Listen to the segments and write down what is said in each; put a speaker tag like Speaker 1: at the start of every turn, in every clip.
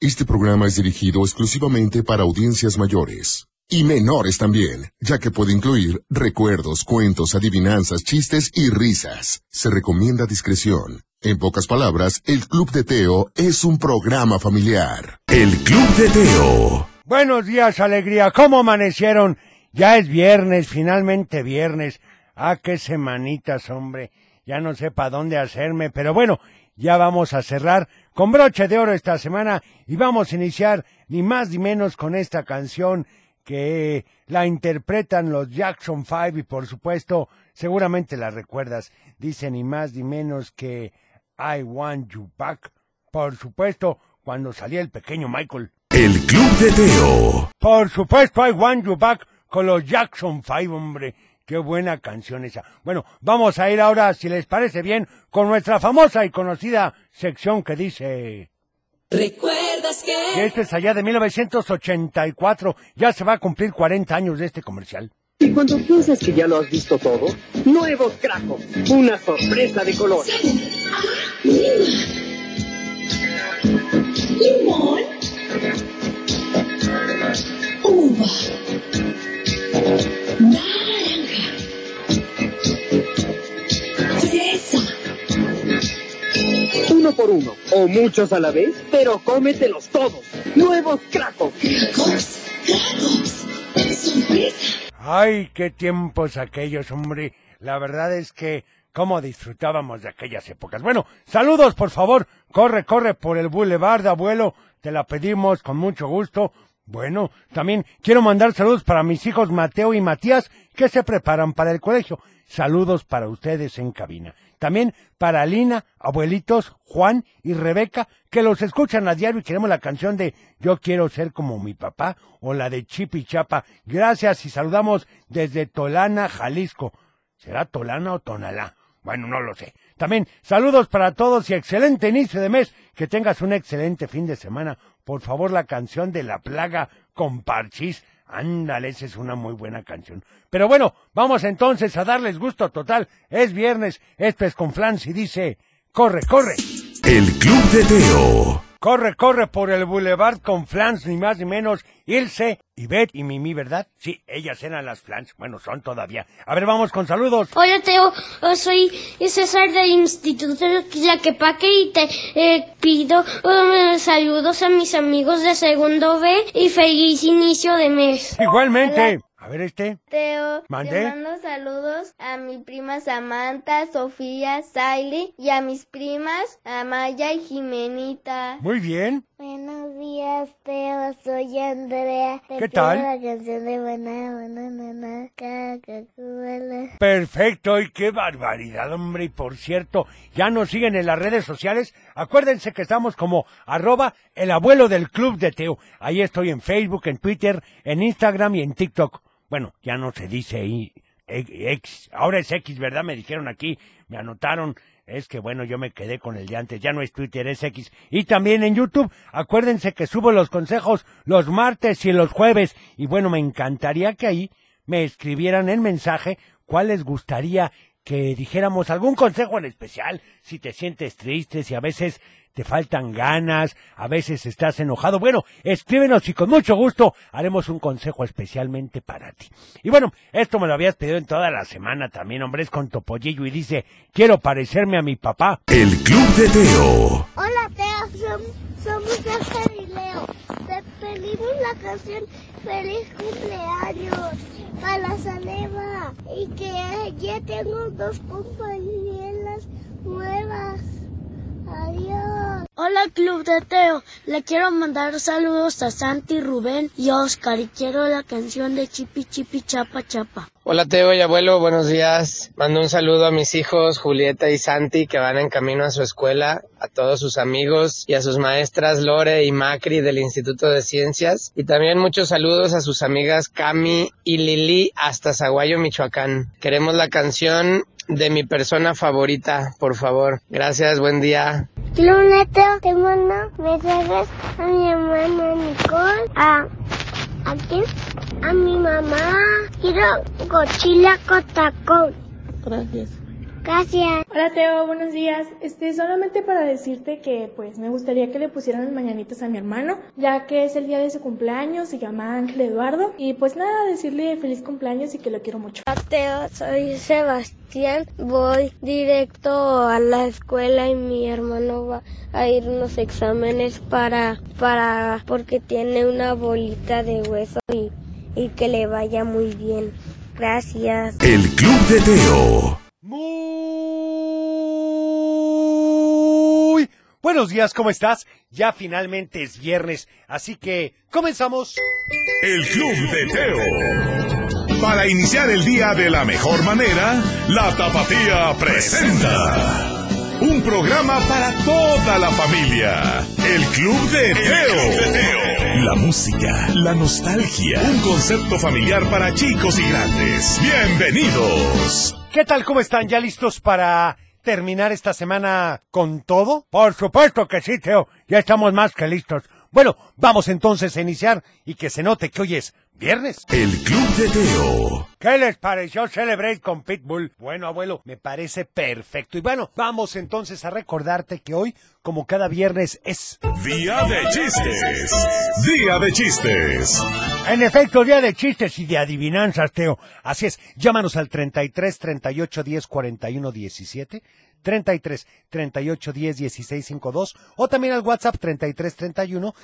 Speaker 1: Este programa es dirigido exclusivamente para audiencias mayores y menores también, ya que puede incluir recuerdos, cuentos, adivinanzas, chistes y risas. Se recomienda discreción. En pocas palabras, el Club de Teo es un programa familiar.
Speaker 2: El Club de Teo.
Speaker 3: Buenos días, alegría. ¿Cómo amanecieron? Ya es viernes, finalmente viernes. Ah, qué semanitas, hombre. Ya no sé para dónde hacerme, pero bueno, ya vamos a cerrar con broche de oro esta semana y vamos a iniciar ni más ni menos con esta canción que la interpretan los Jackson Five y por supuesto, seguramente la recuerdas. Dice ni más ni menos que I want you back. Por supuesto, cuando salía el pequeño Michael.
Speaker 2: El Club de Teo.
Speaker 3: Por supuesto, I Want You Back con los Jackson Five, hombre. Qué buena canción esa. Bueno, vamos a ir ahora, si les parece bien, con nuestra famosa y conocida sección que dice...
Speaker 4: ¿Recuerdas
Speaker 3: Y
Speaker 4: que?
Speaker 3: esto es allá de 1984. Ya se va a cumplir 40 años de este comercial.
Speaker 5: Y cuando piensas que ya lo has visto todo, nuevo Craco, una sorpresa de color.
Speaker 4: Limón. Uva. Naranja. Fresa.
Speaker 5: Uno por uno, o muchos a la vez, pero cómetelos todos. Nuevo Craco.
Speaker 4: Cracos. Cracos. Sorpresa.
Speaker 3: Ay, qué tiempos aquellos, hombre. La verdad es que cómo disfrutábamos de aquellas épocas. Bueno, saludos, por favor. Corre, corre por el boulevard, abuelo. Te la pedimos con mucho gusto. Bueno, también quiero mandar saludos para mis hijos Mateo y Matías que se preparan para el colegio. Saludos para ustedes en cabina. También para Lina, abuelitos, Juan y Rebeca, que los escuchan a diario y queremos la canción de Yo quiero ser como mi papá o la de Chip y Chapa. Gracias y saludamos desde Tolana, Jalisco. ¿Será Tolana o Tonalá? Bueno, no lo sé. También saludos para todos y excelente inicio de mes. Que tengas un excelente fin de semana. Por favor, la canción de la plaga con parchís. Ándale, esa es una muy buena canción. Pero bueno, vamos entonces a darles gusto total. Es viernes, esto es con Flans y dice, corre, corre.
Speaker 2: El Club de Teo.
Speaker 3: Corre, corre por el boulevard con Flans, ni más ni menos. Ilse, Ivette y Mimi, ¿verdad? Sí, ellas eran las Flans. Bueno, son todavía. A ver, vamos con saludos.
Speaker 6: Hola Teo, Oh, soy César del Instituto Tlaquepaque y te eh, pido eh, saludos a mis amigos de segundo B y feliz inicio de mes.
Speaker 3: Igualmente. A ver este.
Speaker 7: Teo,
Speaker 3: Mande.
Speaker 7: te mando saludos a mi prima Samantha, Sofía, Saily y a mis primas Amaya y Jimenita.
Speaker 3: Muy bien.
Speaker 7: Buenos días, Teo, soy Andrea. Te
Speaker 3: ¿Qué tal?
Speaker 7: pido La canción de Banana, Banana, na, ca, ca, cubala.
Speaker 3: Perfecto, y qué barbaridad, hombre. Y por cierto, ya nos siguen en las redes sociales. Acuérdense que estamos como arroba el abuelo del club de Teo. Ahí estoy en Facebook, en Twitter, en Instagram y en TikTok. Bueno, ya no se dice ahí. e- X, ahora es X, ¿verdad? Me dijeron aquí, me anotaron. Es que bueno, yo me quedé con el de antes, ya no es Twitter, es X. Y también en YouTube, acuérdense que subo los consejos los martes y los jueves. Y bueno, me encantaría que ahí me escribieran el mensaje cuál les gustaría que dijéramos algún consejo en especial, si te sientes triste, si a veces te faltan ganas, a veces estás enojado. Bueno, escríbenos y con mucho gusto haremos un consejo especialmente para ti. Y bueno, esto me lo habías pedido en toda la semana también, hombre, es con Topollillo y dice, quiero parecerme a mi papá.
Speaker 2: El Club de Teo.
Speaker 7: Hola Teo, somos Ángel y Leo. Te pedimos la canción Feliz cumpleaños a la Saleva y que ya tengo dos compañeras nuevas. Adiós.
Speaker 6: Hola Club de Teo, le quiero mandar saludos a Santi, Rubén y Oscar y quiero la canción de Chipi Chipi Chapa Chapa.
Speaker 8: Hola Teo y abuelo, buenos días. Mando un saludo a mis hijos Julieta y Santi que van en camino a su escuela, a todos sus amigos y a sus maestras Lore y Macri del Instituto de Ciencias y también muchos saludos a sus amigas Cami y Lili hasta Zaguayo, Michoacán. Queremos la canción de mi persona favorita, por favor. Gracias, buen día.
Speaker 7: Luna Teo, te mando mensajes a mi hermana Nicole, a, ¿a quién? A mi mamá. Quiero cochila con tacón. Gracias.
Speaker 6: Gracias.
Speaker 9: Hola Teo, buenos días. Este, solamente para decirte que pues me gustaría que le pusieran las mañanitas a mi hermano, ya que es el día de su cumpleaños, se llama Ángel Eduardo. Y pues nada, decirle feliz cumpleaños y que lo quiero mucho.
Speaker 6: Hola, Teo, soy Sebastián. Voy directo a la escuela y mi hermano va a ir unos exámenes para, para, porque tiene una bolita de hueso y, y que le vaya muy bien. Gracias.
Speaker 2: El Club de Teo.
Speaker 3: Muy buenos días, ¿cómo estás? Ya finalmente es viernes, así que comenzamos.
Speaker 2: El Club de Teo. Para iniciar el día de la mejor manera, la Tapatía presenta un programa para toda la familia. El Club de Teo. La música, la nostalgia, un concepto familiar para chicos y grandes. Bienvenidos.
Speaker 3: ¿Qué tal? ¿Cómo están? ¿Ya listos para terminar esta semana con todo? Por supuesto que sí, Teo. Ya estamos más que listos. Bueno, vamos entonces a iniciar y que se note que hoy es viernes.
Speaker 2: El Club de Teo.
Speaker 3: ¿Qué les pareció Celebrate con Pitbull? Bueno, abuelo, me parece perfecto. Y bueno, vamos entonces a recordarte que hoy, como cada viernes, es
Speaker 2: Día de chistes. Día de chistes.
Speaker 3: En efecto, día de chistes y de adivinanzas, Teo. Así es, llámanos al 33 38 10 41 17, 33 38 10 16 52 o también al WhatsApp 33 31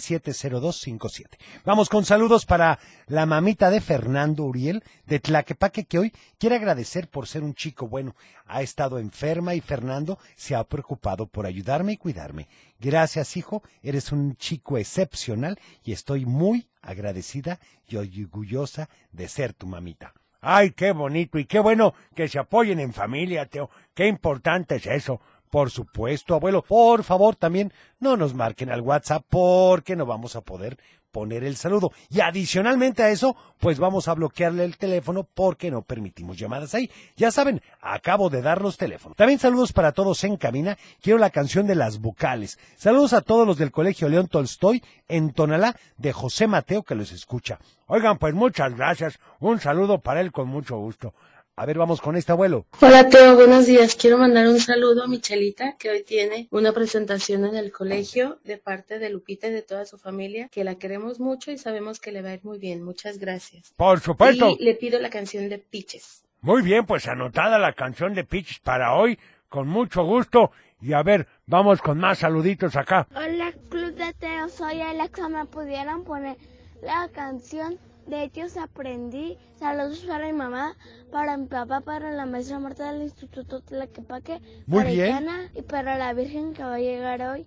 Speaker 3: 7702 57. Vamos con saludos para la mamita de Fernando Uriel de Tlaquepaque que hoy quiere agradecer por ser un chico bueno. Ha estado enferma y Fernando se ha preocupado por ayudarme y cuidarme. Gracias, hijo, eres un chico excepcional y estoy muy agradecida y orgullosa de ser tu mamita. Ay, qué bonito y qué bueno que se apoyen en familia, Teo. Qué importante es eso. Por supuesto, abuelo. Por favor, también no nos marquen al WhatsApp porque no vamos a poder poner el saludo. Y adicionalmente a eso, pues vamos a bloquearle el teléfono porque no permitimos llamadas ahí. Ya saben, acabo de dar los teléfonos. También saludos para todos en cabina. Quiero la canción de las vocales. Saludos a todos los del Colegio León Tolstoy en Tonalá de José Mateo que los escucha. Oigan, pues muchas gracias. Un saludo para él con mucho gusto. A ver, vamos con este abuelo.
Speaker 10: Hola Teo, buenos días. Quiero mandar un saludo a Michelita, que hoy tiene una presentación en el colegio de parte de Lupita y de toda su familia, que la queremos mucho y sabemos que le va a ir muy bien. Muchas gracias.
Speaker 3: Por supuesto.
Speaker 10: Y le pido la canción de Piches.
Speaker 3: Muy bien, pues anotada la canción de Pitch para hoy, con mucho gusto. Y a ver, vamos con más saluditos acá.
Speaker 11: Hola, Club de Teo, soy Alexa. Me pudieran poner la canción de ellos aprendí. Saludos para mi mamá, para mi papá, para la maestra Marta del Instituto Tlaquepaque,
Speaker 3: Muy
Speaker 11: para
Speaker 3: bien.
Speaker 11: Icana y para la Virgen que va a llegar hoy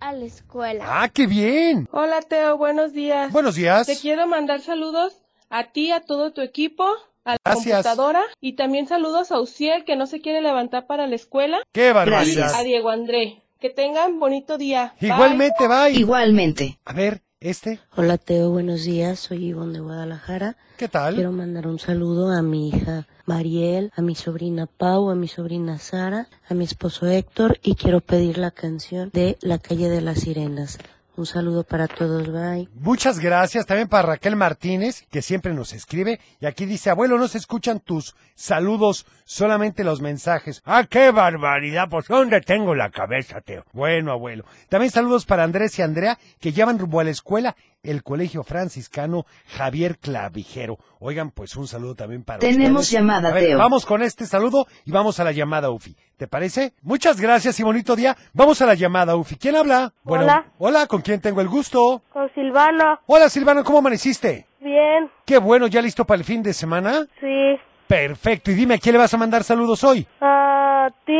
Speaker 11: a la escuela.
Speaker 3: Ah, qué bien.
Speaker 9: Hola Teo, buenos días.
Speaker 3: Buenos días.
Speaker 9: Te quiero mandar saludos a ti, a todo tu equipo, a la
Speaker 3: Gracias.
Speaker 9: computadora y también saludos a Uciel que no se quiere levantar para la escuela
Speaker 3: Qué
Speaker 9: y
Speaker 3: barbaridad.
Speaker 9: a Diego André. Que tengan bonito día. Bye.
Speaker 3: Igualmente, bye.
Speaker 10: Igualmente.
Speaker 3: A ver, este,
Speaker 10: Hola Teo, buenos días. Soy Ivonne de Guadalajara.
Speaker 3: ¿qué tal?
Speaker 10: Quiero mandar un saludo a mi hija Mariel, a mi sobrina Pau, a mi sobrina Sara, a mi esposo Héctor y quiero pedir la canción de La calle de las sirenas. Un saludo para todos, bye.
Speaker 3: Muchas gracias también para Raquel Martínez, que siempre nos escribe. Y aquí dice, abuelo, no se escuchan tus saludos, solamente los mensajes. ¡Ah, qué barbaridad! Pues, ¿dónde tengo la cabeza, Teo? Bueno, abuelo. También saludos para Andrés y Andrea, que llevan rumbo a la escuela, el Colegio Franciscano Javier Clavijero. Oigan, pues un saludo también para
Speaker 5: Tenemos
Speaker 3: ustedes.
Speaker 5: llamada,
Speaker 3: A ver,
Speaker 5: Teo.
Speaker 3: Vamos con este saludo y vamos a la llamada, Ufi. ¿Te parece? Muchas gracias y bonito día. Vamos a la llamada, Ufi. ¿Quién habla? Bueno,
Speaker 9: Hola.
Speaker 3: Hola, ¿con quién tengo el gusto?
Speaker 9: Con Silvano,
Speaker 3: Hola Silvano, ¿cómo amaneciste?
Speaker 9: bien,
Speaker 3: Qué bueno, ¿ya listo para el fin de semana?
Speaker 9: sí.
Speaker 3: Perfecto, y dime, ¿a quién le vas a mandar saludos hoy?
Speaker 9: A ti,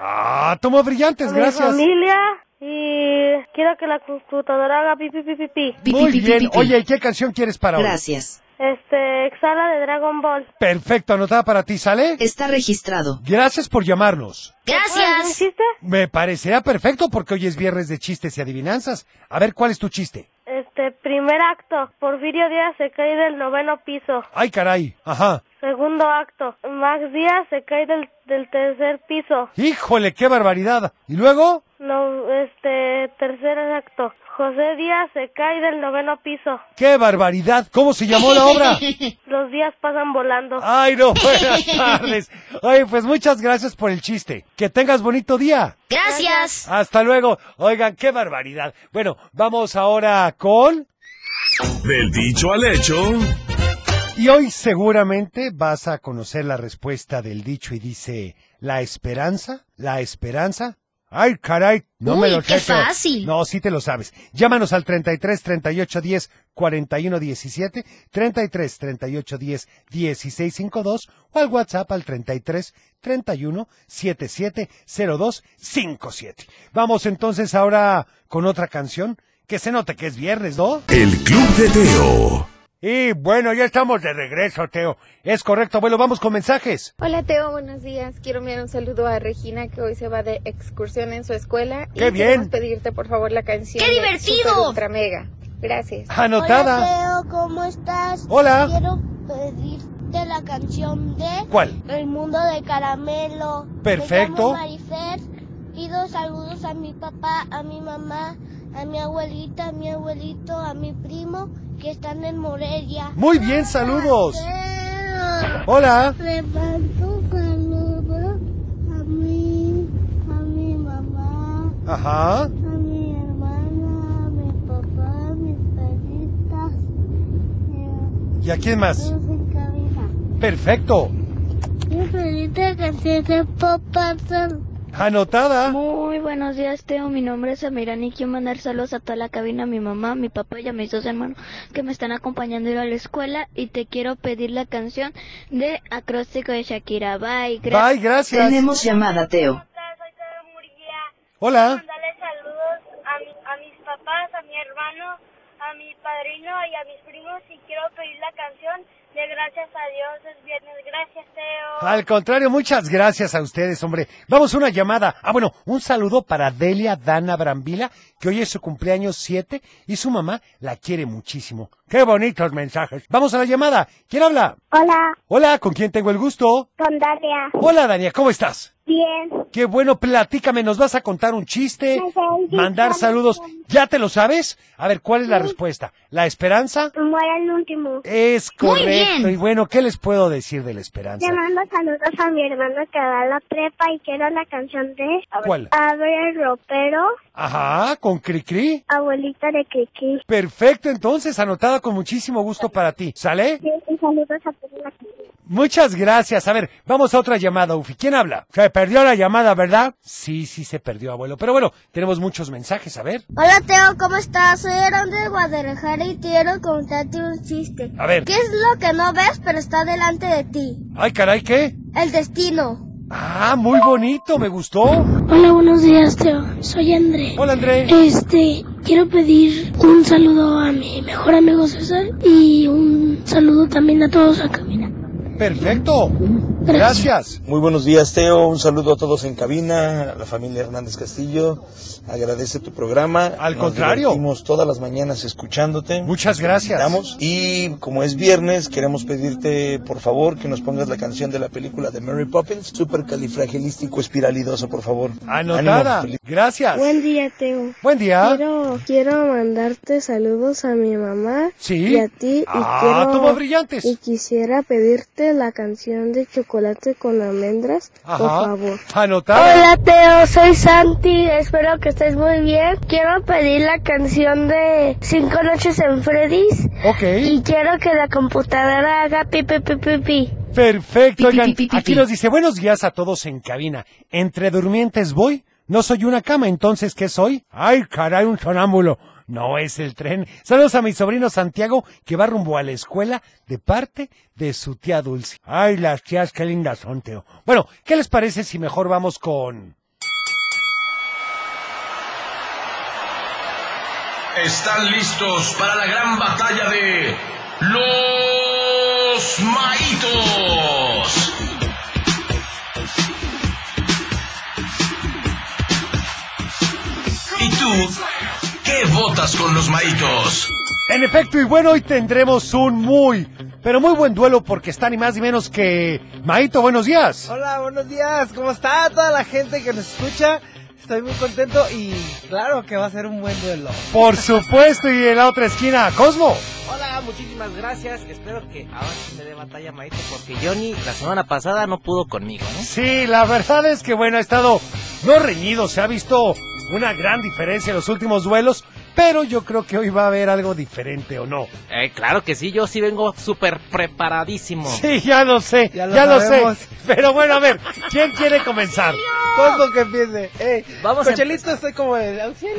Speaker 3: Ah, tomo brillantes, gracias.
Speaker 9: familia y quiero que la computadora haga pipi pipi pipi.
Speaker 5: Pi,
Speaker 3: Muy
Speaker 5: pi, pi,
Speaker 3: bien,
Speaker 5: pi, pi.
Speaker 3: oye, ¿y qué canción quieres para hoy?
Speaker 5: Gracias.
Speaker 9: Este, Exala de Dragon Ball.
Speaker 3: Perfecto, anotada para ti, ¿sale?
Speaker 5: Está registrado.
Speaker 3: Gracias por llamarnos. ah,
Speaker 6: Gracias.
Speaker 9: ¿Chiste?
Speaker 3: Me parecerá perfecto porque hoy es viernes de chistes y adivinanzas. A ver, ¿cuál es tu chiste?
Speaker 9: Este, Primer acto, Porfirio Díaz se cae del noveno piso.
Speaker 3: Ay, caray. Ajá.
Speaker 9: Segundo acto, Max Díaz se cae del, del tercer piso.
Speaker 3: Híjole, qué barbaridad. ¿Y luego?
Speaker 9: No, este, tercer acto, José Díaz se cae del noveno piso.
Speaker 3: ¡Qué barbaridad! ¿Cómo se llamó la obra?
Speaker 9: Los días pasan volando.
Speaker 3: Ay, no, buenas tardes. Oye, pues muchas gracias por el chiste. Que tengas bonito día.
Speaker 12: Gracias.
Speaker 3: Hasta luego. Oigan, qué barbaridad. Bueno, vamos ahora con...
Speaker 13: Del dicho al hecho.
Speaker 3: Y hoy seguramente vas a conocer la respuesta del dicho y dice, la esperanza, la esperanza. Ay, caray, no me
Speaker 12: Uy,
Speaker 3: lo
Speaker 12: qué
Speaker 3: sé, pero-
Speaker 12: fácil.
Speaker 3: No, sí te lo sabes. Llámanos al 33 38 10 41 17, 33 38 10 16 52 o al WhatsApp al 33 31 77 02 57. Vamos entonces ahora con otra canción que se note que es viernes, ¿no?
Speaker 13: El Club de Teo.
Speaker 3: Y bueno, ya estamos de regreso, Teo. Es correcto, abuelo, vamos con mensajes.
Speaker 14: Hola Teo, buenos días. Quiero enviar un saludo a Regina que hoy se va de excursión en su escuela.
Speaker 3: ¡Qué
Speaker 14: y queremos
Speaker 3: bien!
Speaker 14: pedirte por favor la canción.
Speaker 12: ¡Qué
Speaker 14: de
Speaker 12: divertido!
Speaker 14: Super Ultra Mega. Gracias.
Speaker 3: Anotada.
Speaker 6: Hola, Teo, ¿cómo estás?
Speaker 3: Hola.
Speaker 6: Quiero pedirte la canción de...
Speaker 3: ¿Cuál?
Speaker 6: El mundo de caramelo. Me llamo
Speaker 3: Perfecto.
Speaker 6: Marifer. Pido saludos a mi papá, a mi mamá, a mi abuelita, a mi abuelito, a mi primo que están en Morelia.
Speaker 3: Muy bien, saludos. Hola.
Speaker 6: Le mando saludos a mí, a mi mamá,
Speaker 3: Ajá.
Speaker 6: a mi hermana, a mi papá, a mis perritas.
Speaker 3: ¿Y a quién más?
Speaker 6: Yo soy Camila.
Speaker 3: Perfecto.
Speaker 6: Yo soy la canción de Papá San.
Speaker 3: Anotada.
Speaker 15: Muy buenos días, Teo. Mi nombre es Amirani y quiero mandar saludos a toda la cabina, a mi mamá, a mi papá y a mis dos hermanos que me están acompañando a ir a la escuela. Y te quiero pedir la canción de Acróstico de Shakira. Bye, gracias.
Speaker 16: Bye, gracias. Tenemos llamada, Teo.
Speaker 3: Hola.
Speaker 17: Mandarle saludos a, mi- a mis papás, a mi hermano, a mi padrino y a mis primos y quiero pedir la canción de Gracias a Dios es viernes. Gracias, Teo.
Speaker 3: Al contrario, muchas gracias a ustedes, hombre. Vamos a una llamada. Ah, bueno, un saludo para Delia Dana Brambila, que hoy es su cumpleaños 7 y su mamá la quiere muchísimo. Qué bonitos mensajes. Vamos a la llamada. ¿Quién habla?
Speaker 7: Hola,
Speaker 3: Hola, ¿con quién tengo el gusto?
Speaker 7: con Dalia.
Speaker 3: Hola, Dania, ¿cómo estás?
Speaker 7: Bien.
Speaker 3: Qué bueno, platícame, nos vas a contar un chiste,
Speaker 7: Me voy
Speaker 3: mandar
Speaker 7: diciendo.
Speaker 3: saludos. ¿Ya te lo sabes? A ver, ¿cuál es la respuesta? ¿La esperanza?
Speaker 7: Muera el último.
Speaker 3: Es
Speaker 7: Muy
Speaker 3: correcto.
Speaker 7: bien.
Speaker 3: Y bueno, ¿qué les puedo decir de la esperanza?
Speaker 7: Le mando saludos a mi hermano que va a la prepa y quiero la canción de...
Speaker 3: ¿Cuál?
Speaker 7: Abre el ropero,
Speaker 3: Ajá, con Cricri.
Speaker 7: abuelita de Kiki.
Speaker 3: Perfecto, entonces, anotada con muchísimo gusto para ti. ¿Sale?
Speaker 7: Y saludos a Perla.
Speaker 3: Muchas gracias. A ver, vamos a otra llamada, Ufi. ¿Quién habla? Se perdió la llamada, ¿verdad? Sí, sí se perdió, abuelo. Pero bueno, tenemos muchos mensajes, a ver.
Speaker 18: Hola Teo, ¿cómo estás? Soy Aaron de Guadalajara y quiero contarte un chiste.
Speaker 3: A ver.
Speaker 18: ¿Qué es lo que no ves pero está delante de ti?
Speaker 3: Ay, caray, ¿qué?
Speaker 18: El destino.
Speaker 3: Ah, muy bonito, me gustó.
Speaker 19: Hola, buenos días, Teo. Soy André.
Speaker 3: Hola, André.
Speaker 19: Este, quiero pedir un saludo a mi mejor amigo César y un saludo también a todos acá.
Speaker 3: Perfecto. Gracias.
Speaker 20: Muy buenos días, Teo. Un saludo a todos en cabina, a la familia Hernández Castillo. Agradece tu programa. Al
Speaker 3: contrario.
Speaker 20: Nos divertimos todas las mañanas escuchándote.
Speaker 3: Muchas gracias.
Speaker 20: Y como es viernes, queremos pedirte, por favor, que nos pongas la canción de la película de Mary Poppins, Supercalifragilístico Espiralidoso, por favor.
Speaker 3: Anotada.
Speaker 20: Ánimo.
Speaker 3: Gracias.
Speaker 21: Buen día, Teo.
Speaker 3: Buen día.
Speaker 21: Quiero, quiero mandarte saludos a mi mamá
Speaker 3: Sí.
Speaker 21: y a ti. Y
Speaker 3: Ah,
Speaker 21: quiero,
Speaker 3: toma brillantes.
Speaker 21: Y quisiera pedirte la canción de chocolate con almendras, por
Speaker 3: Ajá.
Speaker 21: favor.
Speaker 3: Anotada.
Speaker 21: Teo, soy
Speaker 22: Santi, espero que estés muy bien. Quiero pedir la canción de Cinco Noches en Freddy's.
Speaker 3: Ok.
Speaker 22: Y quiero que la computadora haga pipi pipi pipi.
Speaker 3: Perfecto,
Speaker 22: Pi, pi,
Speaker 3: oigan,
Speaker 22: pi, pi,
Speaker 3: aquí
Speaker 22: pi.
Speaker 3: nos dice buenos días a todos en cabina. Entre durmientes voy, no soy una cama, entonces ¿qué soy? Ay, caray, un sonámbulo. No es el tren. Saludos a mi sobrino Santiago que va rumbo a la escuela de parte de su tía Dulce. Ay, las tías qué lindas son, Teo. Bueno, ¿qué les parece si mejor vamos con
Speaker 2: Están listos para la gran batalla de los maitos. ¿Y tú qué
Speaker 23: botas con los maitos.
Speaker 3: En efecto, y bueno, hoy tendremos un muy, pero muy buen duelo porque está ni más ni menos que... Maito, buenos días.
Speaker 24: Hola, buenos días. ¿Cómo está toda la gente que nos escucha? Estoy muy contento y claro que va a ser un buen duelo.
Speaker 3: Por supuesto, y en la otra esquina, Cosmo.
Speaker 25: Hola, muchísimas gracias. Espero que ahora sí me dé batalla, Maito, porque Johnny la semana pasada no pudo conmigo, ¿no?
Speaker 3: Sí, la verdad es que bueno, ha estado no reñido, se ha visto una gran diferencia en los últimos duelos, pero yo creo que hoy va a haber algo diferente, ¿o no?
Speaker 25: Eh, claro que sí, yo sí vengo súper preparadísimo.
Speaker 3: Sí, ya lo sé, ya
Speaker 25: lo
Speaker 3: lo,
Speaker 24: sabemos.
Speaker 3: sé. Pero bueno, a ver, ¿quién quiere comenzar?
Speaker 24: Cosmo que empiece. Ey,
Speaker 25: Vamos a
Speaker 24: Cochelito, estoy como de auxilio.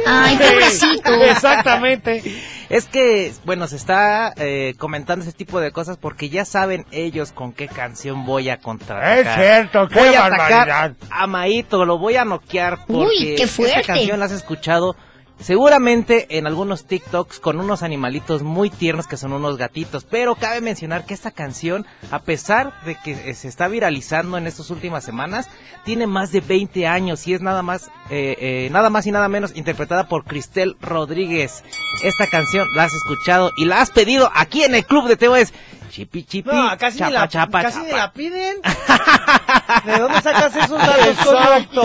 Speaker 3: Sí, Exactamente.
Speaker 25: Es que, bueno, se está eh, comentando ese tipo de cosas porque ya saben ellos con qué canción voy a contratar.
Speaker 3: Es cierto, qué
Speaker 25: voy a atacar
Speaker 3: barbaridad.
Speaker 25: a Maito, lo voy a noquear porque
Speaker 3: Uy, qué fuerte.
Speaker 25: esta canción la has escuchado seguramente en algunos TikToks con unos animalitos muy tiernos que son unos gatitos, pero cabe mencionar que esta canción, a pesar de que eh, se está viralizando en estas últimas semanas, tiene más de 20 años y es nada más, eh, eh, nada más y nada menos interpretada por Cristel Rodríguez. Esta canción la has escuchado y la has pedido aquí en el club de Teo es Chipi Chipi.
Speaker 24: No, casi
Speaker 25: chapa,
Speaker 24: ni la,
Speaker 25: chapa,
Speaker 24: casi ni
Speaker 25: chapa.
Speaker 24: la piden. ¿De dónde sacas esos datos, Cosmo?
Speaker 3: Exacto.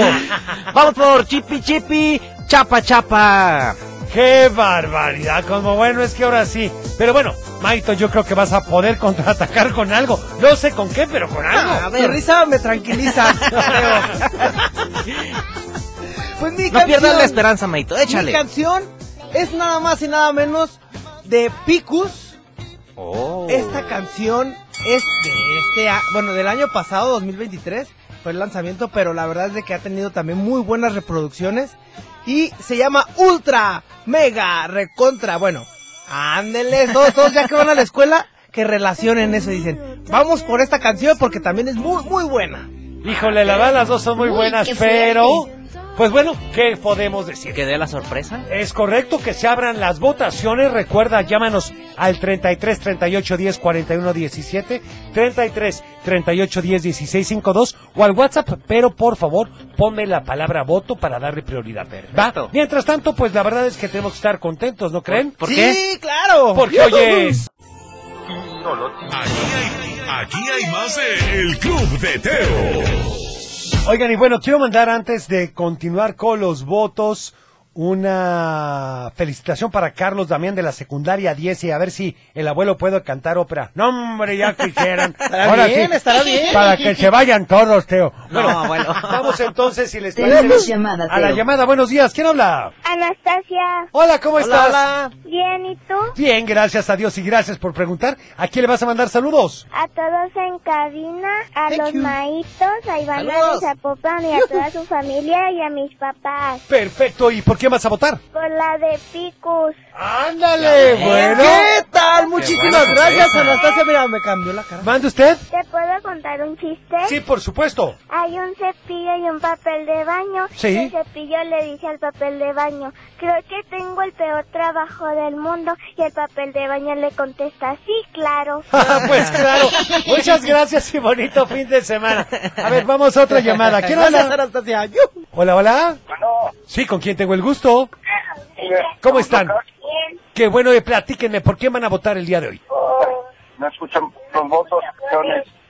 Speaker 25: Vamos por Chipi Chipi, Chapa Chapa.
Speaker 3: Qué barbaridad, Cosmo. Bueno, es que ahora sí. Pero bueno, Maito, yo creo que vas a poder contraatacar con algo. No sé con qué, pero con algo.
Speaker 24: A ver, risa me tranquiliza. pues mi
Speaker 25: No pierdas
Speaker 24: canción-
Speaker 25: la esperanza, Maito. Échale.
Speaker 24: Mi canción es nada más y nada menos de Picus.
Speaker 25: Oh.
Speaker 24: Esta canción es de este, a- bueno, del año pasado, 2023, fue el lanzamiento, pero la verdad es de que ha tenido también muy buenas reproducciones y se llama Ultra Mega Recontra. Bueno, ándeles todos, todos ya que van a la escuela que relacionen eso y dicen, vamos por esta canción porque también es muy muy buena.
Speaker 3: Híjole, la verdad las dos son muy
Speaker 24: Uy,
Speaker 3: buenas,
Speaker 24: qué fuerte.
Speaker 3: pero... Pues bueno, ¿qué podemos decir?
Speaker 25: Que dé la sorpresa.
Speaker 3: Es correcto que se abran las votaciones. Recuerda, llámanos al 33 38 10 41 17, 33 38 10 16 52 o al WhatsApp, pero por favor ponme la palabra voto para darle prioridad. ¿Va? Mientras tanto, pues la verdad es que tenemos que estar contentos, ¿no creen?
Speaker 25: ¿Por
Speaker 24: sí, claro.
Speaker 3: Porque
Speaker 24: Yujú.
Speaker 3: hoy es
Speaker 2: Aquí hay más de El Club de Teo.
Speaker 3: Oigan, y bueno, quiero mandar antes de continuar con los votos una felicitación para Carlos Damián de la secundaria 10 y a ver si el abuelo puede cantar ópera. No, hombre, ya quisieran.
Speaker 24: Estará bien, estará bien.
Speaker 3: Para que se vayan todos, Teo. Bueno,
Speaker 25: abuelo.
Speaker 3: vamos entonces si les
Speaker 26: Tenemos
Speaker 3: parece,
Speaker 26: llamada,
Speaker 3: a la
Speaker 26: Teo.
Speaker 3: llamada. Buenos días, ¿quién habla?
Speaker 7: Anastasia.
Speaker 3: Hola, ¿cómo estás?
Speaker 7: Bien, ¿y tú?
Speaker 3: Bien, gracias a Dios y gracias por preguntar. ¿A quién le vas a mandar saludos?
Speaker 7: A todos en cabina, a los maitos, a Iván a
Speaker 3: Saludos.
Speaker 7: Zapopan y a toda su familia y a mis papás.
Speaker 3: Perfecto, ¿y por quién vas a votar?
Speaker 7: Por la de Picus.
Speaker 3: Ándale, bueno.
Speaker 24: ¿Qué tal? Muchísimas
Speaker 3: buena
Speaker 24: gracias,
Speaker 3: sorpresa.
Speaker 24: Anastasia. Mira, me cambió la cara.
Speaker 3: pues, ¿Mande usted?
Speaker 7: ¿Te puedo contar un chiste?
Speaker 3: Sí, por supuesto.
Speaker 7: Hay un cepillo y un papel de baño.
Speaker 3: Sí.
Speaker 7: El cepillo le dice al papel de baño, creo que tengo el peor trabajo del mundo. Y el papel de baño le contesta, sí, claro.
Speaker 3: pues claro. Muchas gracias y bonito fin de semana. A ver, vamos a otra llamada. ¿Quién
Speaker 24: Gracias,
Speaker 3: habla?
Speaker 24: Anastasia. Yujú.
Speaker 3: Hola, hola. Sí, ¿con quién tengo el gusto? ¿Cómo están? Qué bueno, eh, platíquenme, ¿por quién van a votar el día de hoy?
Speaker 27: No escuchan los votos,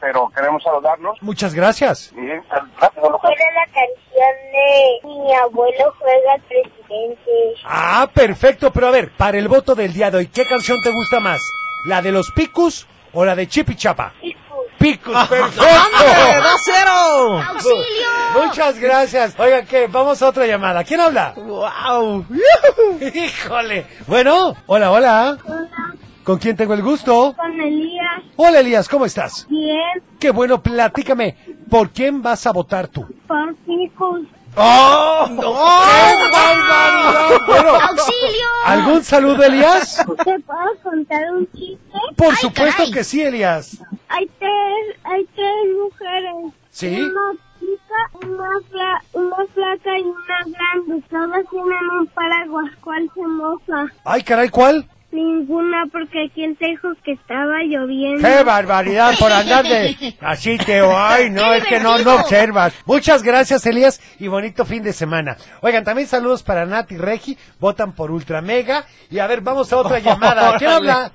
Speaker 27: pero queremos saludarnos.
Speaker 3: Muchas gracias.
Speaker 27: Bien, saludarnos.
Speaker 7: Era la canción de Mi abuelo juega al presidente.
Speaker 3: Ah, perfecto, pero a ver, para el voto del día de hoy, ¿qué canción te gusta más? ¿La de los Picus o la de Chipichapa? Picus,
Speaker 24: ¡Hombre,
Speaker 3: perfecto.
Speaker 24: 2-0!
Speaker 3: Muchas gracias. Oigan, ¿qué? Vamos a otra llamada. ¿Quién habla?
Speaker 24: ¡Wow!
Speaker 3: Híjole. Bueno, hola, hola. ¿Con quién tengo el gusto?
Speaker 7: Con Elías,
Speaker 3: Hola Elías, ¿cómo estás?
Speaker 7: bien,
Speaker 3: Qué bueno, platícame, ¿por quién vas a votar tú?
Speaker 7: por Picus.
Speaker 3: ¡Oh! ¡Qué barbaridad! Bueno, ¿Algún saludo, Elías?
Speaker 7: ¿Te puedo contar un chiste?
Speaker 3: Por supuesto que sí, Elías.
Speaker 7: Hay tres, hay tres mujeres.
Speaker 3: Sí.
Speaker 7: Una chica, una, fla- una flaca y una grande. Todas tienen un paraguas. ¿Cuál se moja?
Speaker 3: Ay, caray, ¿cuál?
Speaker 28: Ninguna, porque quien te dijo que estaba lloviendo?
Speaker 3: ¡Qué barbaridad por andar de así, Teo! ¡Ay, no, es que no, no observas! Muchas gracias, Elías, y bonito fin de semana. Oigan, también saludos para Nat y Regi, votan por Ultra Mega. Y a ver, vamos a otra llamada. ¿Quién habla?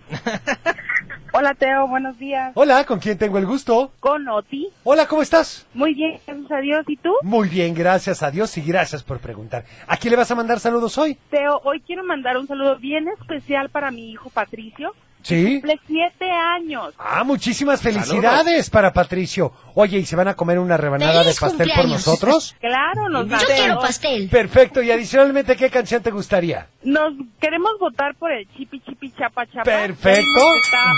Speaker 29: Hola, Teo, buenos días.
Speaker 3: Hola, ¿con quién tengo el gusto?
Speaker 29: Con Oti.
Speaker 3: Hola, ¿cómo estás?
Speaker 29: Muy bien, gracias a Dios. ¿Y tú?
Speaker 3: Muy bien, gracias a Dios y gracias por preguntar. ¿A quién le vas a mandar saludos hoy?
Speaker 29: Teo, hoy quiero mandar un saludo bien especial para mi hijo Patricio.
Speaker 3: Sí.
Speaker 29: Cumple siete años.
Speaker 3: Ah, muchísimas felicidades para Patricio. Oye, ¿y se van a comer una rebanada de
Speaker 5: ¡Feliz
Speaker 3: pastel por
Speaker 5: cumpleaños!
Speaker 3: nosotros?
Speaker 29: Claro, nos
Speaker 5: Yo
Speaker 29: mandó.
Speaker 5: quiero pastel.
Speaker 3: Perfecto, y adicionalmente, ¿qué canción te gustaría?
Speaker 29: Nos queremos votar por el chipi chipi chapa chapa.
Speaker 3: Perfecto.
Speaker 29: Está,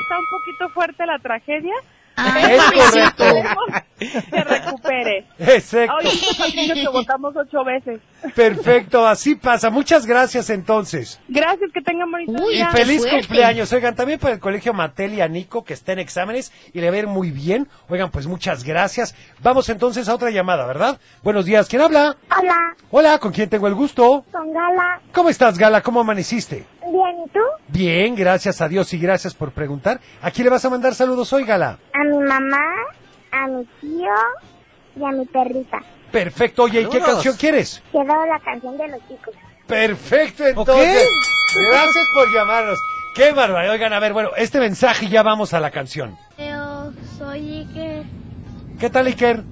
Speaker 29: está un poquito fuerte la tragedia.
Speaker 5: Ah,
Speaker 3: es correcto.
Speaker 29: Esperemos que recupere.
Speaker 3: Exacto.
Speaker 29: Oye, Patricio, te votamos ocho veces.
Speaker 3: Perfecto, así pasa. Muchas gracias entonces.
Speaker 29: Gracias, que tengan bonito
Speaker 3: Y
Speaker 29: día.
Speaker 3: feliz cumpleaños. Oigan, también para el colegio Matel y a Nico, que está en exámenes y le va a ir muy bien. Oigan, pues muchas gracias. Vamos entonces a otra llamada, ¿verdad? Buenos días, ¿quién habla?
Speaker 7: Hola,
Speaker 3: Hola, ¿con quién tengo el gusto?
Speaker 7: con Gala.
Speaker 3: ¿Cómo estás, Gala? ¿Cómo amaneciste?
Speaker 7: Bien, ¿y tú?
Speaker 3: Bien, gracias a Dios y gracias por preguntar. ¿A quién le vas a mandar saludos hoy, Gala?
Speaker 7: A mi mamá, a mi tío y a mi perrita.
Speaker 3: Perfecto, oye, ¿y qué
Speaker 7: Saludos.
Speaker 3: canción quieres?
Speaker 7: Quedó la canción de los chicos.
Speaker 3: Perfecto, entonces. Gracias por llamarnos. Qué barbaridad. Oigan, a ver, bueno, este mensaje y ya vamos a la canción.
Speaker 6: Yo soy Iker.
Speaker 3: ¿Qué tal, Iker?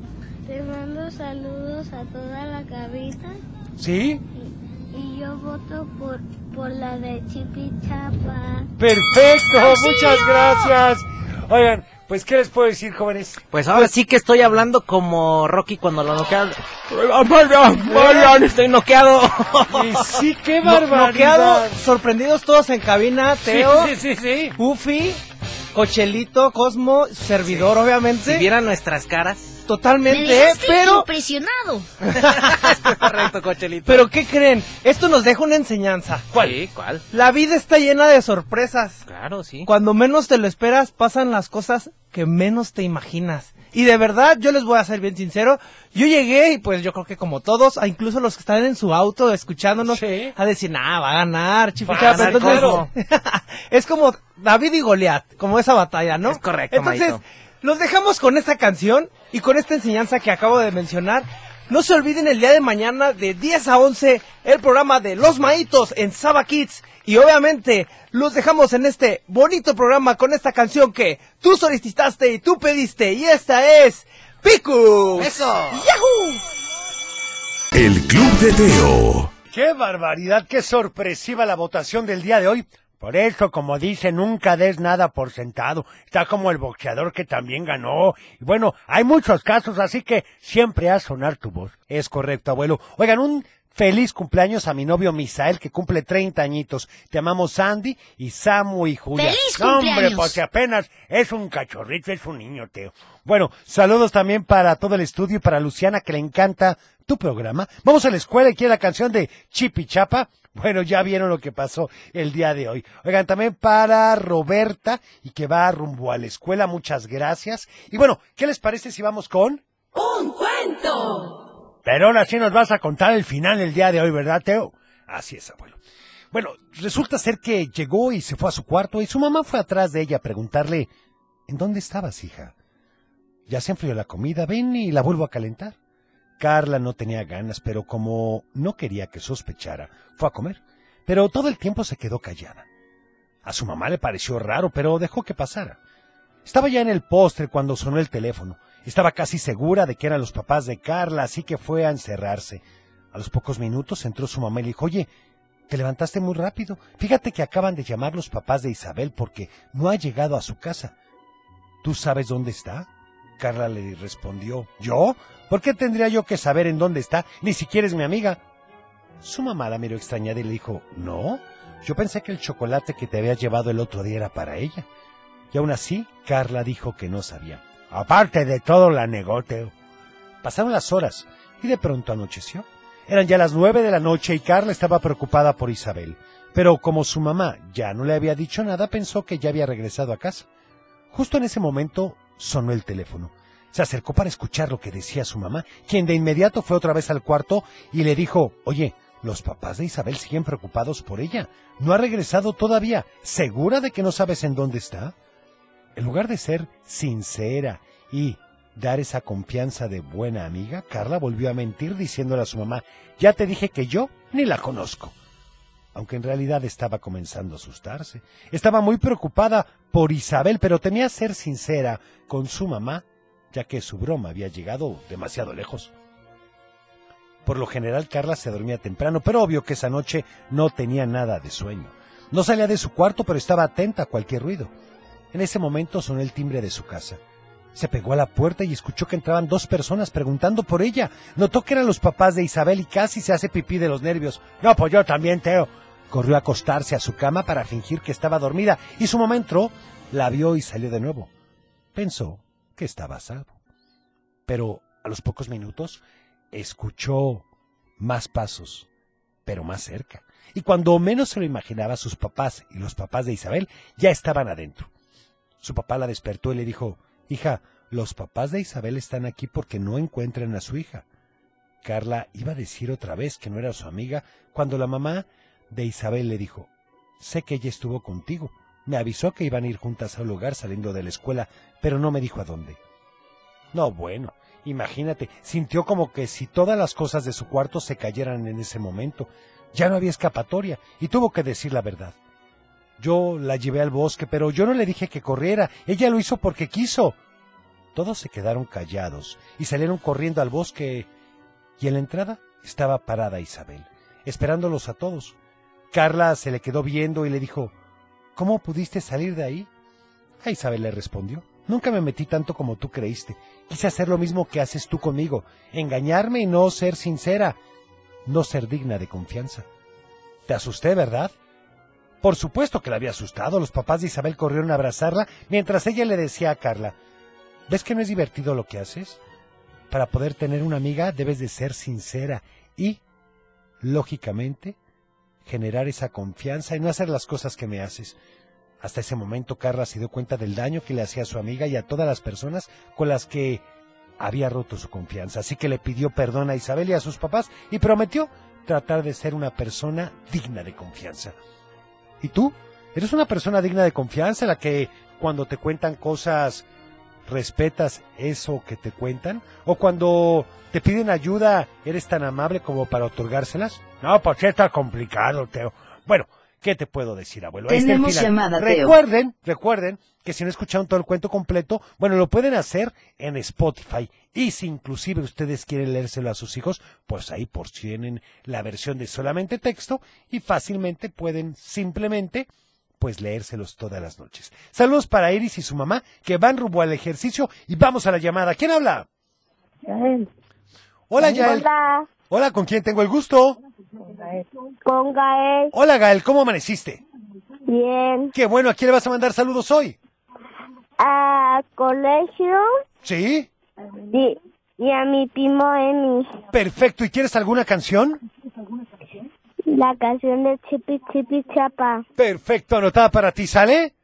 Speaker 6: Te mando saludos a toda la cabina
Speaker 3: ¿Sí?
Speaker 6: y yo voto por, por la de Chipichapa.
Speaker 3: Perfecto,
Speaker 6: ¡Auxilio!
Speaker 3: muchas gracias. Oigan, pues, ¿qué les puedo decir, jóvenes?
Speaker 25: Pues ahora sí que estoy hablando como Rocky cuando lo noquean. Estoy noqueado.
Speaker 3: Y sí, qué
Speaker 24: No-
Speaker 3: barbaridad.
Speaker 24: noqueado, sorprendidos todos en cabina, Teo,
Speaker 3: Sí, sí, sí.
Speaker 24: Ufi, Cochelito, Cosmo, su servidor, obviamente.
Speaker 25: Si vieran nuestras caras.
Speaker 5: Me
Speaker 24: Totalmente, ¿eh?
Speaker 5: dejaste
Speaker 24: pero,
Speaker 5: impresionado.
Speaker 25: Correcto, cochelito.
Speaker 24: pero ¿qué creen? Esto nos deja una enseñanza.
Speaker 25: ¿Cuál? Sí, ¿cuál?
Speaker 24: La vida está llena de sorpresas.
Speaker 25: Claro, sí.
Speaker 24: Cuando menos te lo esperas, pasan las cosas que menos te imaginas. Y de verdad, yo les voy a ser bien sincero, yo llegué y pues yo creo que como todos, a incluso los que están en su auto escuchándonos,
Speaker 3: Sí.
Speaker 24: a decir, nah, va a ganar,
Speaker 25: Va a
Speaker 24: chifichapa.
Speaker 25: ganar
Speaker 24: Entonces,
Speaker 25: Cosmo.
Speaker 24: es como David y Goliat, como esa batalla, ¿no?
Speaker 25: Es correcto,
Speaker 24: Entonces,
Speaker 25: Maito.
Speaker 24: los dejamos con esta canción y con esta enseñanza que acabo de mencionar. No se olviden el día de mañana de 10 a 11 el programa de Los Maitos en Saba Kids. Y obviamente los dejamos en este bonito programa con esta canción que tú solicitaste y tú pediste. Y esta es Picus.
Speaker 25: Eso.
Speaker 24: ¡Yahoo!
Speaker 2: El Club de Teo.
Speaker 3: Qué barbaridad, qué sorpresiva la votación del día de hoy. Por eso, como dice, nunca des nada por sentado. Está como el boxeador que también ganó. Y bueno, hay muchos casos, así que siempre haz sonar tu voz. Es correcto, abuelo. Oigan, un feliz cumpleaños a mi novio Misael, que cumple 30 añitos. Te amamos Sandy y Samu y Julia.
Speaker 5: ¡Feliz
Speaker 3: No, Hombre,
Speaker 5: cumpleaños!
Speaker 3: porque apenas es un cachorrito, es un niño, Teo. Bueno, saludos también para todo el estudio y para Luciana, que le encanta tu programa. Vamos a la escuela y quiere la canción de Chipi Chapa. Bueno, ya vieron lo que pasó el día de hoy. Oigan, también para Roberta y que va rumbo a la escuela. Muchas gracias. Y bueno, ¿qué les parece si vamos con? Pero ahora sí nos vas a contar el final el día de hoy, ¿verdad, Teo? Así es, abuelo. Bueno, resulta ser que llegó y se fue a su cuarto y su mamá fue atrás de ella a preguntarle, ¿en dónde estabas, hija? Ya se enfrió la comida, ven y la vuelvo a calentar. Carla no tenía ganas, pero como no quería que sospechara, fue a comer. Pero todo el tiempo se quedó callada. A su mamá le pareció raro, pero dejó que pasara. Estaba ya en el postre cuando sonó el teléfono. Estaba casi segura de que eran los papás de Carla, así que fue a encerrarse. A los pocos minutos entró su mamá y le dijo, oye, te levantaste muy rápido. Fíjate que acaban de llamar los papás de Isabel porque no ha llegado a su casa. ¿Tú sabes dónde está? Carla le respondió, ¿yo? ¿Por qué tendría yo que saber en dónde está? Ni siquiera es mi amiga. Su mamá la miró extrañada y le dijo, ¿no? Yo pensé que el chocolate que te había llevado el otro día era para ella. Y aún así, Carla dijo que no sabía. Aparte de todo, la negó Teo. Pasaron las horas y de pronto anocheció. Eran ya las nueve de la noche y Carla estaba preocupada por Isabel. Pero como su mamá ya no le había dicho nada, pensó que ya había regresado a casa. Justo en ese momento sonó el teléfono. Se acercó para escuchar lo que decía su mamá, quien de inmediato fue otra vez al cuarto y le dijo, oye, Los papás de Isabel siguen preocupados por ella. No ha regresado todavía. ¿Segura de que no sabes en dónde está? En lugar de ser sincera y dar esa confianza de buena amiga, Carla volvió a mentir diciéndole a su mamá, ya te dije que yo ni la conozco. Aunque en realidad estaba comenzando a asustarse. Estaba muy preocupada por Isabel, pero temía ser sincera con su mamá, ya que su broma había llegado demasiado lejos. Por lo general Carla se dormía temprano, pero obvio que esa noche no tenía nada de sueño. No salía de su cuarto, pero estaba atenta a cualquier ruido. En ese momento sonó el timbre de su casa. Se pegó a la puerta y escuchó que entraban dos personas preguntando por ella. Notó que eran los papás de Isabel y casi se hace pipí de los nervios. No, pues yo también, Teo. Corrió a acostarse a su cama para fingir que estaba dormida y su mamá entró, la vio y salió de nuevo. Pensó que estaba a salvo. Pero a los pocos minutos escuchó más pasos, pero más cerca. Y cuando menos se lo imaginaba, sus papás y los papás de Isabel ya estaban adentro. Su papá la despertó y le dijo, Hija, los papás de Isabel están aquí porque no encuentran a su hija. Carla iba a decir otra vez que no era su amiga cuando la mamá de Isabel le dijo, sé que ella estuvo contigo. Me avisó que iban a ir juntas a un lugar saliendo de la escuela, pero no me dijo a dónde. No, bueno, imagínate, sintió como que si todas las cosas de su cuarto se cayeran en ese momento. Ya no había escapatoria y tuvo que decir la verdad. Yo la llevé al bosque, pero yo no le dije que corriera. Ella lo hizo porque quiso. Todos se quedaron callados y salieron corriendo al bosque. Y en la entrada estaba parada Isabel, esperándolos a todos. Carla se le quedó viendo y le dijo, ¿Cómo pudiste salir de ahí? A Isabel le respondió, Nunca me metí tanto como tú creíste. Quise hacer lo mismo que haces tú conmigo, engañarme y no ser sincera, no ser digna de confianza. Te asusté, ¿verdad? Por supuesto que la había asustado. Los papás de Isabel corrieron a abrazarla mientras ella le decía a Carla, ¿ves que no es divertido lo que haces? Para poder tener una amiga debes de ser sincera y, lógicamente, generar esa confianza y no hacer las cosas que me haces. Hasta ese momento Carla se dio cuenta del daño que le hacía a su amiga y a todas las personas con las que había roto su confianza. Así que le pidió perdón a Isabel y a sus papás y prometió tratar de ser una persona digna de confianza. ¿Y tú? ¿Eres una persona digna de confianza, la que cuando te cuentan cosas respetas eso que te cuentan? ¿O cuando te piden ayuda eres tan amable como para otorgárselas?
Speaker 30: No, pues está complicado, Teo.
Speaker 3: Bueno, ¿qué te puedo decir, abuelo?
Speaker 26: Ahí Tenemos está el final. llamada, Teo.
Speaker 3: Recuerden, recuerden que si no escucharon todo el cuento completo, bueno, lo pueden hacer en Spotify. Y si inclusive ustedes quieren leérselo a sus hijos, pues ahí por si tienen la versión de solamente texto y fácilmente pueden simplemente pues leérselos todas las noches. Saludos para Iris y su mamá que van rumbo al ejercicio y vamos a la llamada. ¿Quién habla?
Speaker 8: Yael.
Speaker 3: Hola, Yael.
Speaker 8: Hola.
Speaker 3: Hola, ¿con quién tengo el gusto?
Speaker 8: Con Gael.
Speaker 3: Hola, Gael, ¿cómo amaneciste?
Speaker 8: Bien.
Speaker 3: Qué bueno, ¿a quién le vas a mandar saludos hoy?
Speaker 8: A colegio
Speaker 3: ¿Sí?
Speaker 8: y, y a mi primo Emi.
Speaker 3: Perfecto, ¿y quieres alguna canción?
Speaker 8: La canción de Chipi Chipi Chapa.
Speaker 3: Perfecto, anotada para ti, ¿sale?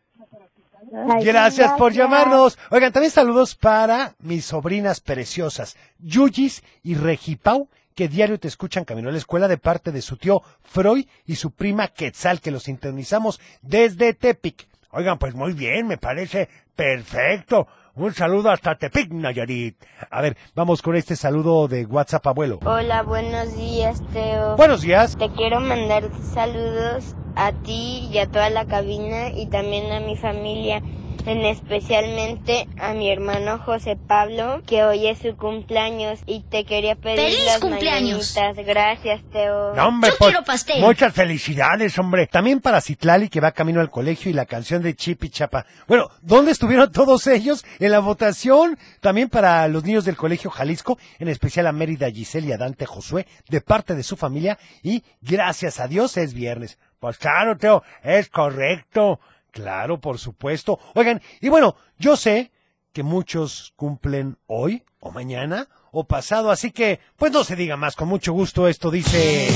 Speaker 8: Ay,
Speaker 3: Gracias por llamarnos. Oigan, también saludos para mis sobrinas preciosas, Yuyis y Regipau, que diario te escuchan camino a la escuela de parte de su tío Freud y su prima Quetzal, que los sintonizamos desde Tepic.
Speaker 30: Oigan, pues muy bien, me parece perfecto. Un saludo hasta Tepic, Nayarit.
Speaker 3: A ver, vamos con este saludo de WhatsApp, abuelo.
Speaker 10: Hola, buenos días, Teo.
Speaker 3: Buenos días.
Speaker 10: Te quiero mandar saludos a ti y a toda la cabina y también a mi familia, en especialmente a mi hermano José Pablo, que hoy es su cumpleaños y te quería pedir
Speaker 5: ¡Feliz
Speaker 10: las
Speaker 5: cumpleaños!
Speaker 10: mañanitas. Gracias, Teo.
Speaker 30: No, hombre,
Speaker 5: Yo
Speaker 30: pues,
Speaker 5: quiero pastel.
Speaker 30: Muchas felicidades, hombre.
Speaker 3: También para Citlali, que va camino al colegio, y la canción de Chip y Chapa. Bueno, ¿dónde estuvieron todos ellos en la votación? También para los niños del colegio Jalisco, en especial a Mérida Giselle y a Dante Josué, de parte de su familia. Y gracias a Dios es viernes.
Speaker 30: Pues claro, Teo, es correcto.
Speaker 3: Claro, por supuesto. Oigan, y bueno, yo sé que muchos cumplen hoy, o mañana, o pasado, así que, pues no se diga más, con mucho gusto esto dice...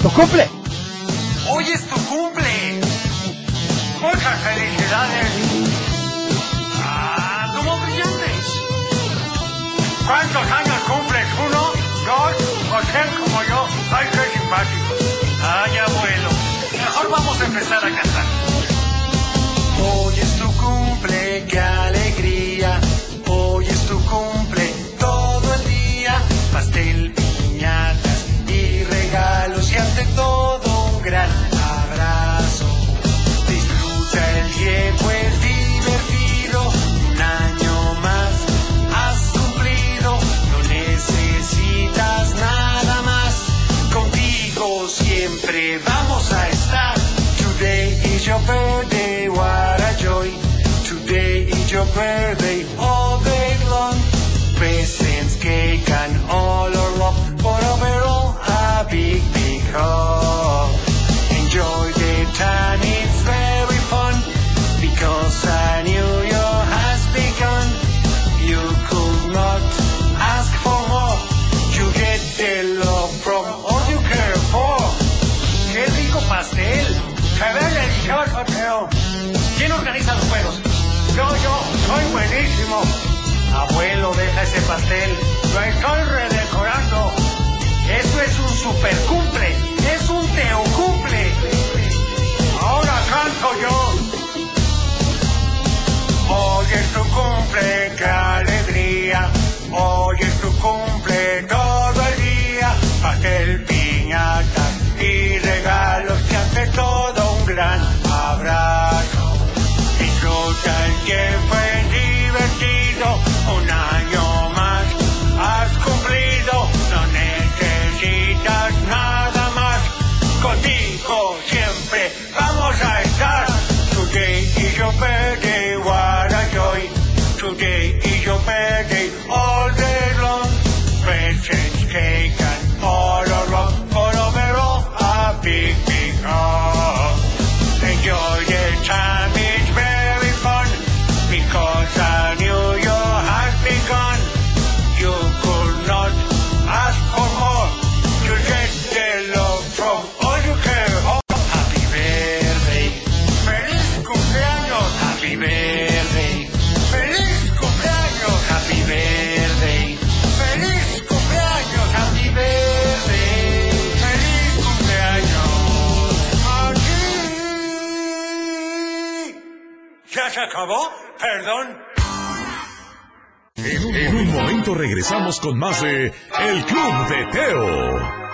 Speaker 3: ¡Tu cumple!
Speaker 23: Hoy es tu cumple. Muchas felicidades. Ah, como brillantes. ¿Cuántos años cumples? ¿Uno? ¿Dos? ¿O tres como yo? Ay, qué simpático. a empezar a cantar.
Speaker 5: Hoy es tu cumple, qué alegría. Hoy es tu cumple, todo el día. Pastel, piñatas y regalos y ante todo un gran abrazo. Disfruta el tiempo, es divertido. Un año más has cumplido, no necesitas nada más. Contigo siempre vamos a estar. Today is your birthday, what a joy. Today is your birthday all day long. Presents, cake and all around. But overall, a big, big hug. Enjoy the time, it's very fun. Because a new year has begun. You could not ask for more. You get the love from all you care for.
Speaker 23: ¡Qué rico pastel! ¡Caray, el chocoteo! ¿Quién organiza los juegos?
Speaker 5: Yo, yo, soy buenísimo.
Speaker 23: Abuelo, deja ese pastel.
Speaker 5: Lo estoy redecorando.
Speaker 23: Eso es un super cumple. Es un teo cumple.
Speaker 5: Ahora canto yo. Hoy es tu cumple, qué alegría. Hoy es tu cumple todo el día. Pastel, piñatas y regalos que hace todo un gran abrazo. Disfruta el tiempo, es divertido. Un año más has cumplido. No necesitas nada más. Contigo siempre vamos a estar. Today is your birthday, what a joy. Today is your birthday, all day long. Presents, cake and all around. For overall, a big, big hug. Enjoy the time, it's very fun. Because I knew your has begun. You could not ask for more. You get the love from all you care for. Happy birthday. Feliz cumpleaños. Happy birthday. Feliz cumpleaños. Happy birthday. Feliz cumpleaños. Happy birthday. Feliz cumpleaños. A ti. ¿Ya se acabó? Perdón.
Speaker 2: En, en un momento regresamos con más de El Club de Teo.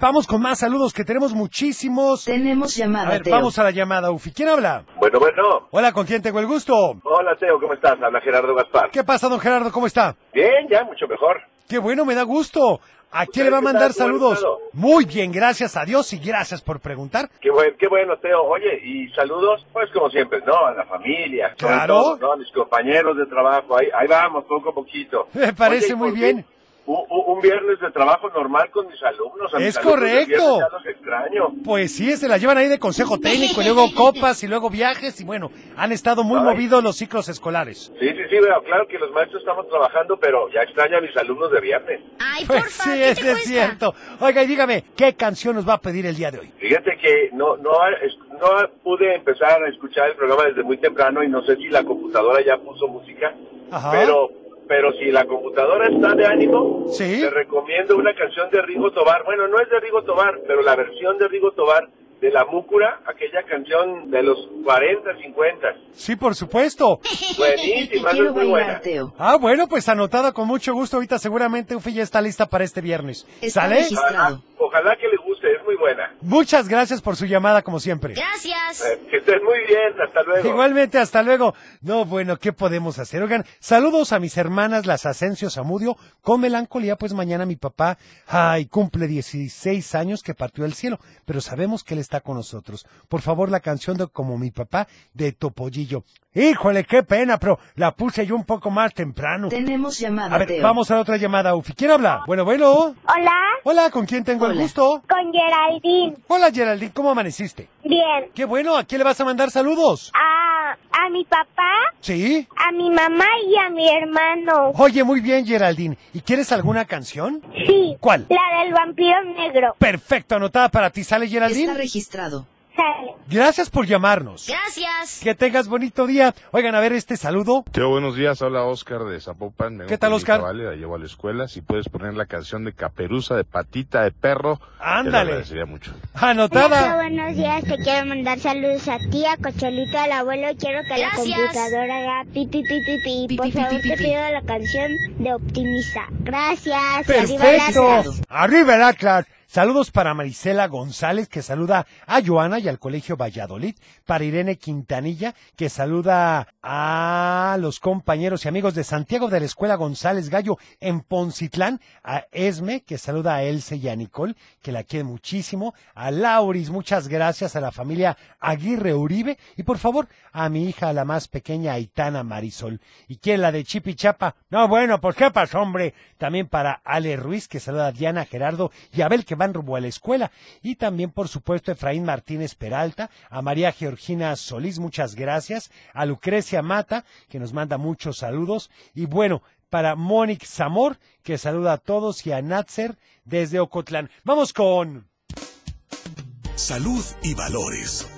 Speaker 3: Vamos con más saludos que tenemos muchísimos.
Speaker 26: Tenemos llamada,
Speaker 3: A ver,
Speaker 26: Teo.
Speaker 3: vamos a la llamada, Ufi. ¿Quién habla?
Speaker 31: Bueno, bueno.
Speaker 3: Hola, ¿con quién tengo el gusto?
Speaker 31: Hola, Teo, ¿cómo estás? Habla Gerardo Gaspar.
Speaker 3: ¿Qué pasa, don Gerardo? ¿Cómo está?
Speaker 31: Bien, ya, mucho mejor.
Speaker 3: Qué bueno, me da gusto. ¿A quién le va a
Speaker 31: qué
Speaker 3: mandar
Speaker 31: tal? ¿Cómo
Speaker 3: saludos?
Speaker 31: has estado?
Speaker 3: Muy bien, gracias a Dios y gracias por preguntar.
Speaker 31: Qué, buen, qué bueno, Teo. Oye, y saludos, pues como siempre, ¿no? A la familia. sobre
Speaker 3: Claro.
Speaker 31: todo, ¿no? A mis compañeros de trabajo. Ahí, ahí vamos, poco a poquito.
Speaker 3: Me
Speaker 31: Oye,
Speaker 3: parece
Speaker 31: y
Speaker 3: muy
Speaker 31: por
Speaker 3: bien.
Speaker 31: fin, Un, un- un viernes de trabajo normal con mis alumnos. A mis
Speaker 3: Es
Speaker 31: alumnos del
Speaker 3: correcto.
Speaker 31: viernes ya los extraño.
Speaker 3: Pues sí, se la llevan ahí de consejo técnico, y luego copas y luego viajes y bueno, han estado muy
Speaker 31: Ay.
Speaker 3: movidos los ciclos escolares.
Speaker 31: Sí, sí, sí, veo, claro que los maestros estamos trabajando, pero ya extraño a mis alumnos de viernes.
Speaker 3: Pues sí, eso es cierto. Oiga, y dígame, ¿qué canción nos va a pedir el día de hoy?
Speaker 31: Fíjate que no, no, ha- es- no pude empezar a escuchar el programa desde muy temprano y no sé si la computadora ya puso música,
Speaker 3: Ajá.
Speaker 31: pero pero si la computadora está de ánimo,
Speaker 3: Sí.
Speaker 31: te recomiendo una canción de Rigo Tobar. Bueno, no es de Rigo Tobar, pero la versión de Rigo Tobar de La Múcura, aquella canción de los 40, 50.
Speaker 3: Sí, por supuesto.
Speaker 31: Buenísima, esa es muy buena.
Speaker 3: Ah, bueno, pues anotada con mucho gusto. Ahorita seguramente Ufi ya está lista para este viernes. ¿Sale?
Speaker 31: Ojalá, ojalá que le guste, es muy buena.
Speaker 3: Muchas gracias por su llamada, como siempre.
Speaker 31: Eh, que estés muy bien, hasta luego.
Speaker 3: Igualmente, hasta luego. No, bueno, ¿qué podemos hacer? Oigan, saludos a mis hermanas, las Asencio Zamudio, con melancolía, pues mañana mi papá, ay, cumple 16 años que partió al cielo, pero sabemos que él está con nosotros. Por favor, la canción de Como mi papá, de Topollillo. Híjole, qué pena, pero la puse yo un poco más temprano.
Speaker 26: Tenemos llamada,
Speaker 3: A ver,
Speaker 26: Teo.
Speaker 3: vamos a la otra llamada, Ufi. ¿Quién habla? Bueno, bueno.
Speaker 7: Hola,
Speaker 3: Hola, ¿con quién tengo el gusto?
Speaker 7: con Geraldine.
Speaker 3: Hola, Geraldine, ¿cómo amaneciste?
Speaker 7: Bien.
Speaker 3: Qué bueno, ¿a quién le vas a mandar saludos?
Speaker 7: A, a mi papá,
Speaker 3: ¿Sí?
Speaker 7: a mi mamá y a mi hermano.
Speaker 3: Oye, muy bien, Geraldine. ¿Y quieres alguna canción?
Speaker 7: Sí.
Speaker 3: ¿Cuál?
Speaker 7: La del vampiro negro.
Speaker 3: Perfecto, anotada para ti. ¿Sale,
Speaker 26: Está
Speaker 3: Geraldine?
Speaker 26: registrado.
Speaker 3: Sale. Gracias por llamarnos.
Speaker 32: Gracias.
Speaker 3: Que tengas bonito día. Oigan, a ver este saludo.
Speaker 2: Teo, buenos días. Habla Oscar de Zapopan. Me
Speaker 3: ¿Qué tal, Oscar?
Speaker 2: Vale, la llevo a la escuela. Si puedes poner la canción de Caperuza de Patita de Perro.
Speaker 3: Ándale.
Speaker 2: Te lo agradecería mucho.
Speaker 3: Anotada.
Speaker 32: Hola, buenos días. Te quiero mandar saludos a ti, a Cocholito, al abuelo. Quiero que la
Speaker 33: Gracias.
Speaker 32: computadora haga pi, pi, pi, pi, pi.
Speaker 33: Pi,
Speaker 32: Por
Speaker 33: pi, pi,
Speaker 32: favor,
Speaker 33: pi,
Speaker 32: te
Speaker 33: pi.
Speaker 32: pido la canción de Optimista. Gracias. Arriba el
Speaker 3: Perfecto.
Speaker 32: Atlas.
Speaker 3: Arriba el Atlas. Saludos para Marisela González, que saluda a Joana y al Colegio Valladolid. Para Irene Quintanilla, que saluda a los compañeros y amigos de Santiago de la Escuela González Gallo en Poncitlán. A Esme, que saluda a Elce y a Nicole, que la quiere muchísimo. A Lauris, muchas gracias. A la familia Aguirre Uribe. Y por favor, a mi hija, la más pequeña, Aitana Marisol. ¿Y quién la de Chipichapa? No, bueno, pues qué pasó, hombre. También para Ale Ruiz, que saluda a Diana, Gerardo y Abel, que van rumbo a la escuela. Y también, por supuesto, Efraín Martínez Peralta, a María Georgina Solís, muchas gracias. A Lucrecia Mata, que nos manda muchos saludos. Y bueno, para Mónica Zamor, que saluda a todos, y a Natzer desde Ocotlán. Vamos con...
Speaker 34: Salud y valores.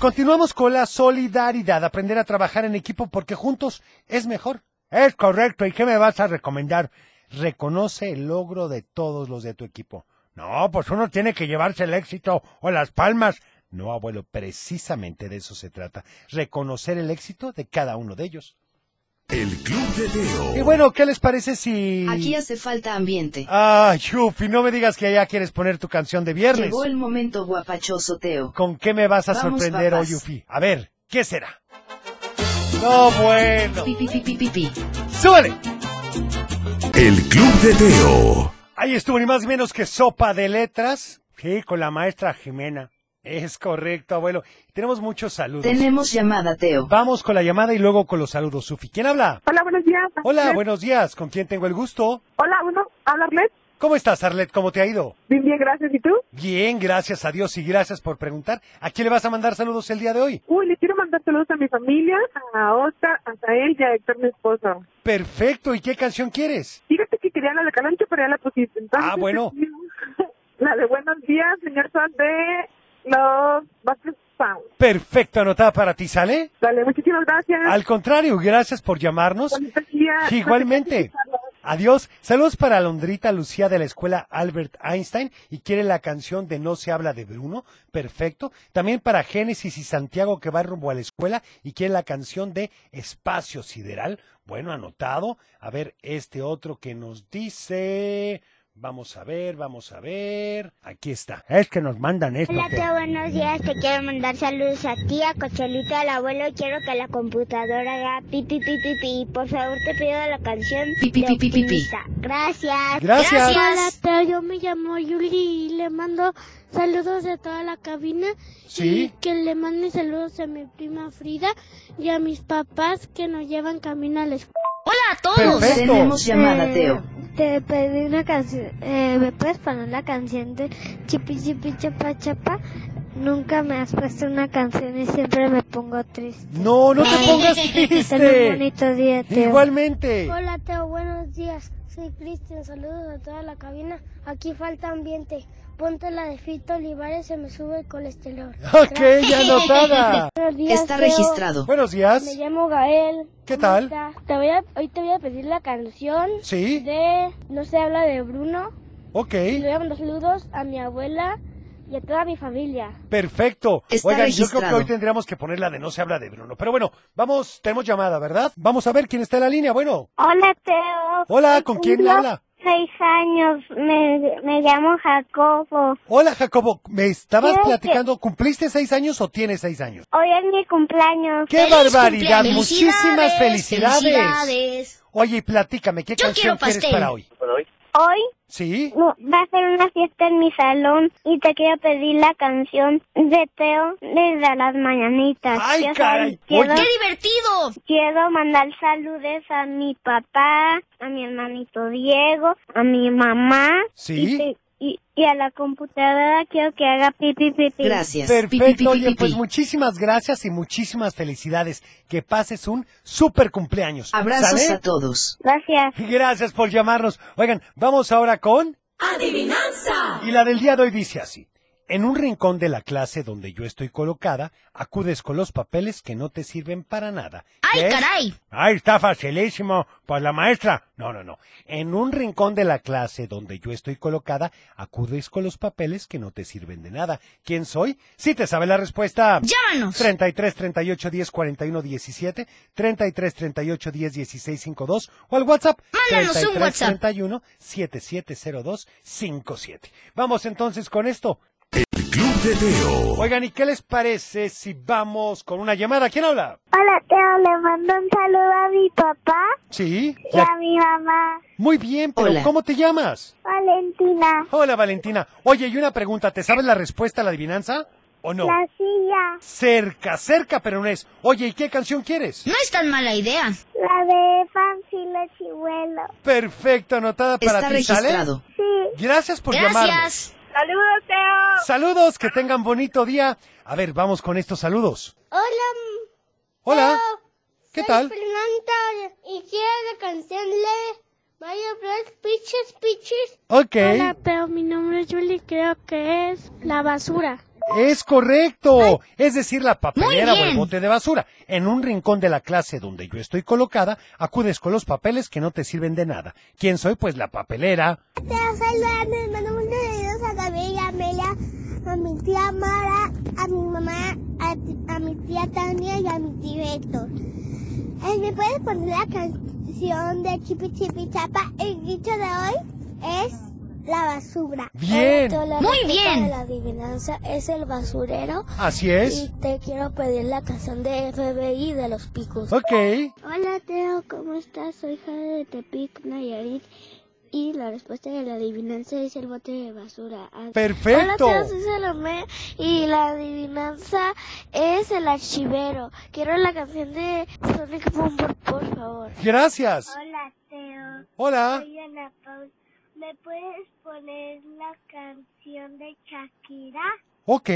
Speaker 3: Continuamos con la solidaridad, aprender a trabajar en equipo porque juntos es mejor. Es correcto. ¿Y qué me vas a recomendar? Reconoce el logro de todos los de tu equipo. No, pues uno tiene que llevarse el éxito o las palmas. No, abuelo, precisamente de eso se trata. Reconocer el éxito de cada uno de ellos.
Speaker 34: El Club de Teo.
Speaker 3: Y bueno, ¿qué les parece si...
Speaker 5: Aquí hace falta ambiente.
Speaker 3: Ay, Yupi, no me digas que allá quieres poner tu canción de viernes.
Speaker 5: Llegó el momento guapachoso, Teo.
Speaker 3: ¿Con qué me vas a
Speaker 5: Vamos,
Speaker 3: sorprender hoy,
Speaker 5: papás.
Speaker 3: Yupi? A ver, ¿qué será? No, bueno.
Speaker 5: Pi, pi, pi, pi, pi, pi.
Speaker 3: ¡Súbale!
Speaker 34: El Club de Teo.
Speaker 3: Ahí estuvo ni más ni menos que sopa de letras. Sí, con la maestra Jimena. Es correcto, abuelo. Tenemos muchos saludos.
Speaker 5: Tenemos llamada, Teo.
Speaker 3: Vamos con la llamada y luego con los saludos, Sufi. ¿Quién habla?
Speaker 29: Hola, buenos días.
Speaker 3: Hola, buenos días. ¿Con quién tengo el gusto?
Speaker 29: Hola, uno, hablarles.
Speaker 3: ¿Cómo estás, Arlet? ¿Cómo te ha ido?
Speaker 29: Bien, bien, gracias. ¿Y tú?
Speaker 3: Bien, gracias a Dios y gracias por preguntar. ¿A quién le vas a mandar saludos el día de hoy?
Speaker 29: Uy, le quiero mandar saludos a mi familia, a Oscar, a él y a Héctor, mi esposo.
Speaker 3: Perfecto. ¿Y qué canción quieres?
Speaker 29: Fíjate que quería la de Calancho, pero ya la pusiste. Entonces,
Speaker 3: Ah, bueno.
Speaker 29: La de Buenos Días, señor Sol, de los Basket Sound.
Speaker 3: Perfecto, anotada para ti, ¿sale?
Speaker 29: Dale, muchísimas gracias.
Speaker 3: Al contrario, gracias por llamarnos.
Speaker 29: Bonito día.
Speaker 3: Igualmente. Adiós. Saludos para Londrita Lucía de la escuela Albert Einstein y quiere la canción de No se habla de Bruno. Perfecto. También para Génesis y Santiago que va rumbo a la escuela y quiere la canción de Espacio Sideral. Bueno, anotado. A ver, este otro que nos dice. Vamos a ver, vamos a ver. Aquí está. Es que nos mandan esto.
Speaker 32: Hola,
Speaker 3: que-
Speaker 32: Teo, buenos días. Te quiero mandar saludos a ti, a Cocholito, al abuelo. Quiero que la computadora haga pi, pi, pi, pi, pi. Por favor, te pido la canción
Speaker 5: Pi, pi,
Speaker 32: de
Speaker 5: pi, pi, pi, pi.
Speaker 32: Optimista. Gracias.
Speaker 3: Gracias.
Speaker 6: Hola, Teo, yo me llamo Yuli y le mando saludos de toda la cabina.
Speaker 3: Sí.
Speaker 6: Y que le mande saludos a mi prima Frida y a mis papás que nos llevan camino a la escuela.
Speaker 3: Perfecto.
Speaker 5: Tenemos llamada,
Speaker 9: Eh,
Speaker 5: Teo.
Speaker 9: Te pedí una canción. eh, ¿Me puedes poner la canción de Chipi Chipi Chapa Chapa? Nunca me has puesto una canción y siempre me pongo triste.
Speaker 3: No, no te pongas
Speaker 9: Ten un
Speaker 3: triste.
Speaker 9: bonito día, Teo.
Speaker 3: Igualmente.
Speaker 6: Hola, Teo, buenos días. Soy Cristian, saludos a toda la cabina. Aquí falta ambiente. Ponte la de Fito Olivares, se me sube el colesterol.
Speaker 3: Ok, ya anotada.
Speaker 6: Buenos días,
Speaker 5: Está
Speaker 6: Teo.
Speaker 5: registrado.
Speaker 3: Buenos días.
Speaker 6: Me llamo Gael.
Speaker 3: ¿Qué
Speaker 6: ¿Cómo
Speaker 3: tal?
Speaker 6: estás? Te voy a, hoy te voy a pedir la canción
Speaker 3: Sí,
Speaker 6: de No se habla de Bruno.
Speaker 3: ok,
Speaker 6: Y le voy a mandar saludos a mi abuela y a toda mi familia.
Speaker 3: perfecto.
Speaker 5: Está
Speaker 3: Oigan, yo creo
Speaker 5: registrado.
Speaker 3: que hoy tendríamos que poner la de no se habla de Bruno. Pero bueno, vamos, tenemos llamada, ¿verdad? Vamos a ver quién está en la línea. Bueno,
Speaker 7: Hola, Teo.
Speaker 3: hola, ¿con quién
Speaker 7: Yo,
Speaker 3: habla?
Speaker 7: Seis años, me, me llamo Jacobo.
Speaker 3: Hola, Jacobo, me estabas
Speaker 7: Creo que-
Speaker 3: platicando, ¿cumpliste seis años o tienes seis años?
Speaker 7: Hoy es mi cumpleaños.
Speaker 3: ¡Qué
Speaker 5: ¡Feliz
Speaker 3: barbaridad!
Speaker 5: cumpleaños!
Speaker 3: Muchísimas felicidades. Oye, y platícame, ¿qué
Speaker 5: Yo quiero
Speaker 3: canción quieres
Speaker 5: pastel.
Speaker 3: para hoy?
Speaker 7: Hoy
Speaker 3: ¿Sí?
Speaker 7: no, va a ser una fiesta en mi salón y te quiero pedir la canción de Teo desde las mañanitas.
Speaker 3: ¡Ay,
Speaker 7: Ya sabes,
Speaker 3: caray!
Speaker 7: Quiero,
Speaker 3: Oye.
Speaker 5: divertido!
Speaker 7: quiero mandar saludos a mi papá, a mi hermanito Diego, a mi mamá.
Speaker 3: ¿Sí?
Speaker 7: Y, te- y- y a la computadora quiero que haga pipi pipi.
Speaker 5: Gracias. Pi, pi, pi,
Speaker 3: Perfecto,
Speaker 5: pi,
Speaker 3: oye,
Speaker 5: pi,
Speaker 3: pues
Speaker 5: pi.
Speaker 3: muchísimas gracias y muchísimas felicidades. Que pases un super cumpleaños.
Speaker 5: Abrazos
Speaker 3: ¿sale?
Speaker 5: a todos.
Speaker 7: Gracias.
Speaker 3: Gracias por llamarnos. Oigan, vamos ahora con... Adivinanza. Y la del día de hoy dice así. En un rincón de la clase donde yo estoy colocada, acudes con los papeles que no te sirven para nada.
Speaker 35: ¡Ay,
Speaker 3: ¿Qué es?
Speaker 35: caray!
Speaker 3: Ahí está facilísimo. Pues la maestra. No, no, no. En un rincón de la clase donde yo estoy colocada, acudes con los papeles que no te sirven de nada. ¿Quién soy? Si te sabe la respuesta.
Speaker 35: Llámanos.
Speaker 3: 33 38 10 41 17, 33 38 10 16 52 o al WhatsApp.
Speaker 35: Mándanos un
Speaker 3: 33
Speaker 35: WhatsApp.
Speaker 3: 31 7702 57. Vamos entonces con esto.
Speaker 2: Club de Teo.
Speaker 3: Oigan, ¿y qué les parece si vamos con una llamada? ¿Quién habla?
Speaker 7: Hola, Teo, le mando un saludo a mi papá
Speaker 3: Sí.
Speaker 7: y a mi mamá,
Speaker 3: Muy bien, pero
Speaker 7: Hola.
Speaker 3: ¿cómo te llamas?
Speaker 7: Valentina.
Speaker 3: Hola Valentina. Oye, y una pregunta, ¿te sabes la respuesta a la adivinanza? ¿O no?
Speaker 7: La silla,
Speaker 3: Cerca, cerca, pero no es. Oye, ¿y qué canción quieres?
Speaker 35: No es tan mala idea.
Speaker 7: la de Pancilo Chibuelo.
Speaker 3: Perfecto, anotada para
Speaker 7: Está
Speaker 3: ti, ¿sale?
Speaker 7: registrado. Sí.
Speaker 3: Gracias por llamarnos.
Speaker 7: Saludos, Teo.
Speaker 3: Saludos, que tengan bonito día. A ver, vamos con estos saludos.
Speaker 4: Hola,
Speaker 3: Hola. ¿Qué tal?
Speaker 4: Fernanda, y quiero la canción de Mario Bros. Piches, piches.
Speaker 3: Ok.
Speaker 4: Hola,
Speaker 36: Pero mi nombre es Julie, creo que es la basura.
Speaker 3: Es correcto. Es decir, la papelera
Speaker 36: Muy
Speaker 3: o el
Speaker 36: bien.
Speaker 3: bote de basura. En un rincón de la clase donde yo estoy colocada, acudes con los papeles que no te sirven de nada. ¿Quién soy? Pues la papelera.
Speaker 7: Teo, saludos, me mando muchos saludos a Gabriel y Amelia, a mi tía Mara, a mi mamá, a, ti- a mi tía Tania y a mi tío Héctor. Eh, ¿Me puedes poner la canción de Chipi Chipi Chapa? El dicho de hoy es la basura.
Speaker 3: Bien.
Speaker 4: Hola, Teo, la
Speaker 3: Muy
Speaker 4: respuesta
Speaker 3: bien.
Speaker 4: de La adivinanza es el basurero.
Speaker 3: Así es.
Speaker 4: Y te quiero pedir la canción de FBI de los picos.
Speaker 3: Ok.
Speaker 4: Hola Teo, ¿cómo estás? Soy Jade de Tepic, Nayarit. Y la respuesta de la adivinanza es el bote de basura. Ah,
Speaker 3: Perfecto.
Speaker 4: Hola, Teo, soy Salomé. Y la adivinanza es el archivero. Quiero la canción de Sonic Boom, por, por favor.
Speaker 3: Gracias.
Speaker 4: Hola, Teo.
Speaker 3: Hola. Soy
Speaker 4: Ana Paul. ¿Me puedes poner la canción de Shakira?
Speaker 3: Ok.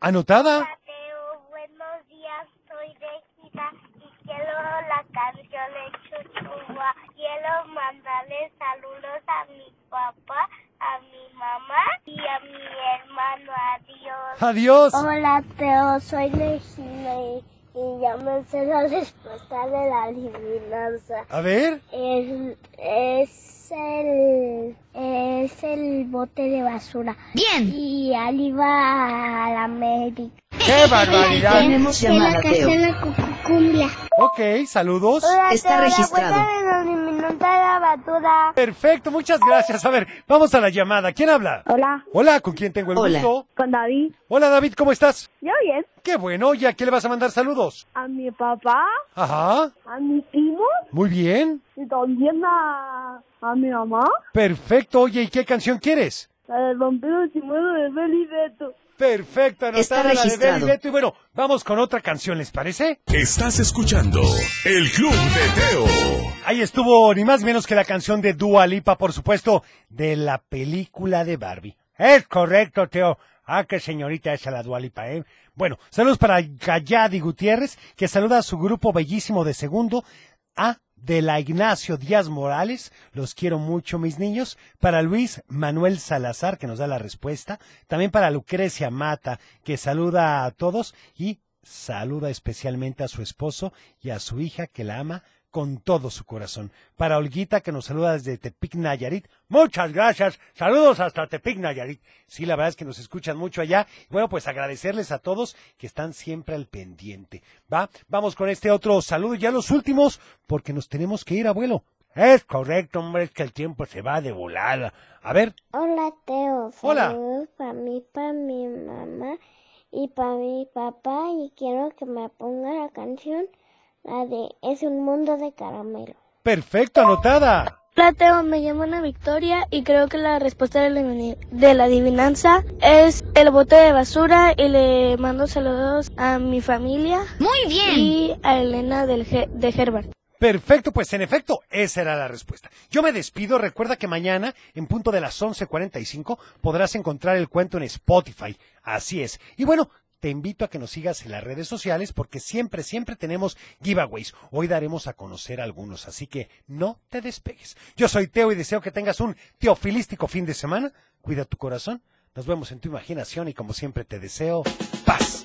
Speaker 3: Anotada.
Speaker 4: Teo, buenos días. Soy Regina y quiero la canción de Chuchuba. Quiero mandarle saludos a mi papá, a mi mamá y a mi hermano. Adiós.
Speaker 3: Adiós.
Speaker 4: Hola, Teo. Soy Regina y, y ya me sé la respuesta de la adivinanza.
Speaker 3: A ver.
Speaker 4: Es, es el es el bote de basura. Bien. Y Ali va a la América.
Speaker 3: ¡Qué barbaridad!
Speaker 4: Tenemos llamada, Teo. Cumbia.
Speaker 3: Ok, saludos.
Speaker 4: la basura.
Speaker 3: Perfecto, muchas gracias. A ver, vamos a la llamada. ¿Quién habla?
Speaker 4: Hola.
Speaker 3: Hola, ¿con quién tengo el
Speaker 4: Hola.
Speaker 3: gusto?
Speaker 4: Con David.
Speaker 3: Hola, David, ¿cómo estás?
Speaker 4: Yo bien.
Speaker 3: Qué bueno, ¿y a quién le vas a mandar saludos?
Speaker 4: A mi papá,
Speaker 3: Ajá,
Speaker 4: a mi primo
Speaker 3: muy bien.
Speaker 4: y también a, a mi mamá. Eh,
Speaker 3: Perfecto, oye, ¿y qué canción quieres?
Speaker 4: La del vampiro chimuelo de Beli Beto.
Speaker 3: Perfecto,
Speaker 4: Está
Speaker 3: anotada la de
Speaker 4: registrado.
Speaker 3: Beli Beto. Y bueno, vamos con otra canción, ¿les parece?
Speaker 2: Estás escuchando el Club de Teo.
Speaker 3: Ahí estuvo ni más menos que la canción de Dua Lipa, por supuesto, de la película de Barbie. Es correcto, Teo. Ah, qué señorita esa la Dua Lipa, ¿eh? Bueno, saludos para Galladi Gutiérrez, que saluda a su grupo bellísimo de segundo, a de la Ignacio Díaz Morales, los quiero mucho mis niños, para Luis Manuel Salazar, que nos da la respuesta, también para Lucrecia Mata, que saluda a todos y saluda especialmente a su esposo y a su hija que la ama con todo su corazón. Para Olguita, que nos saluda desde Tepic Nayarit, muchas gracias. Saludos hasta Tepic Nayarit. Sí, la verdad es que nos escuchan mucho allá. Bueno, pues agradecerles a todos que están siempre al pendiente. ¿Va? Vamos con este otro saludo, ya los últimos, porque nos tenemos que ir, abuelo. Es correcto, hombre, es que el tiempo se va de volada. A ver,
Speaker 7: Hola, Teo.
Speaker 3: Hola.
Speaker 7: Saludos para mí, para mi mamá y para mi papá. Y quiero que me ponga la canción, la de Es un mundo de caramelo.
Speaker 3: perfecto, anotada.
Speaker 4: Hola Teo, me llamo Ana Victoria y creo que la respuesta de la, de la adivinanza es el bote de basura y le mando saludos a mi familia. Muy bien. Y a Elena del Ge- de Herbert.
Speaker 3: Perfecto, pues en efecto, esa era la respuesta. Yo me despido, recuerda que mañana, en punto de las 11.45, podrás encontrar el cuento en Spotify. Así es. Y bueno, te invito a que nos sigas en las redes sociales porque siempre, siempre tenemos giveaways. Hoy daremos a conocer algunos, así que no te despegues. Yo soy Teo y deseo que tengas un teofilístico fin de semana. Cuida tu corazón, Nos vemos en tu imaginación y como siempre te deseo paz.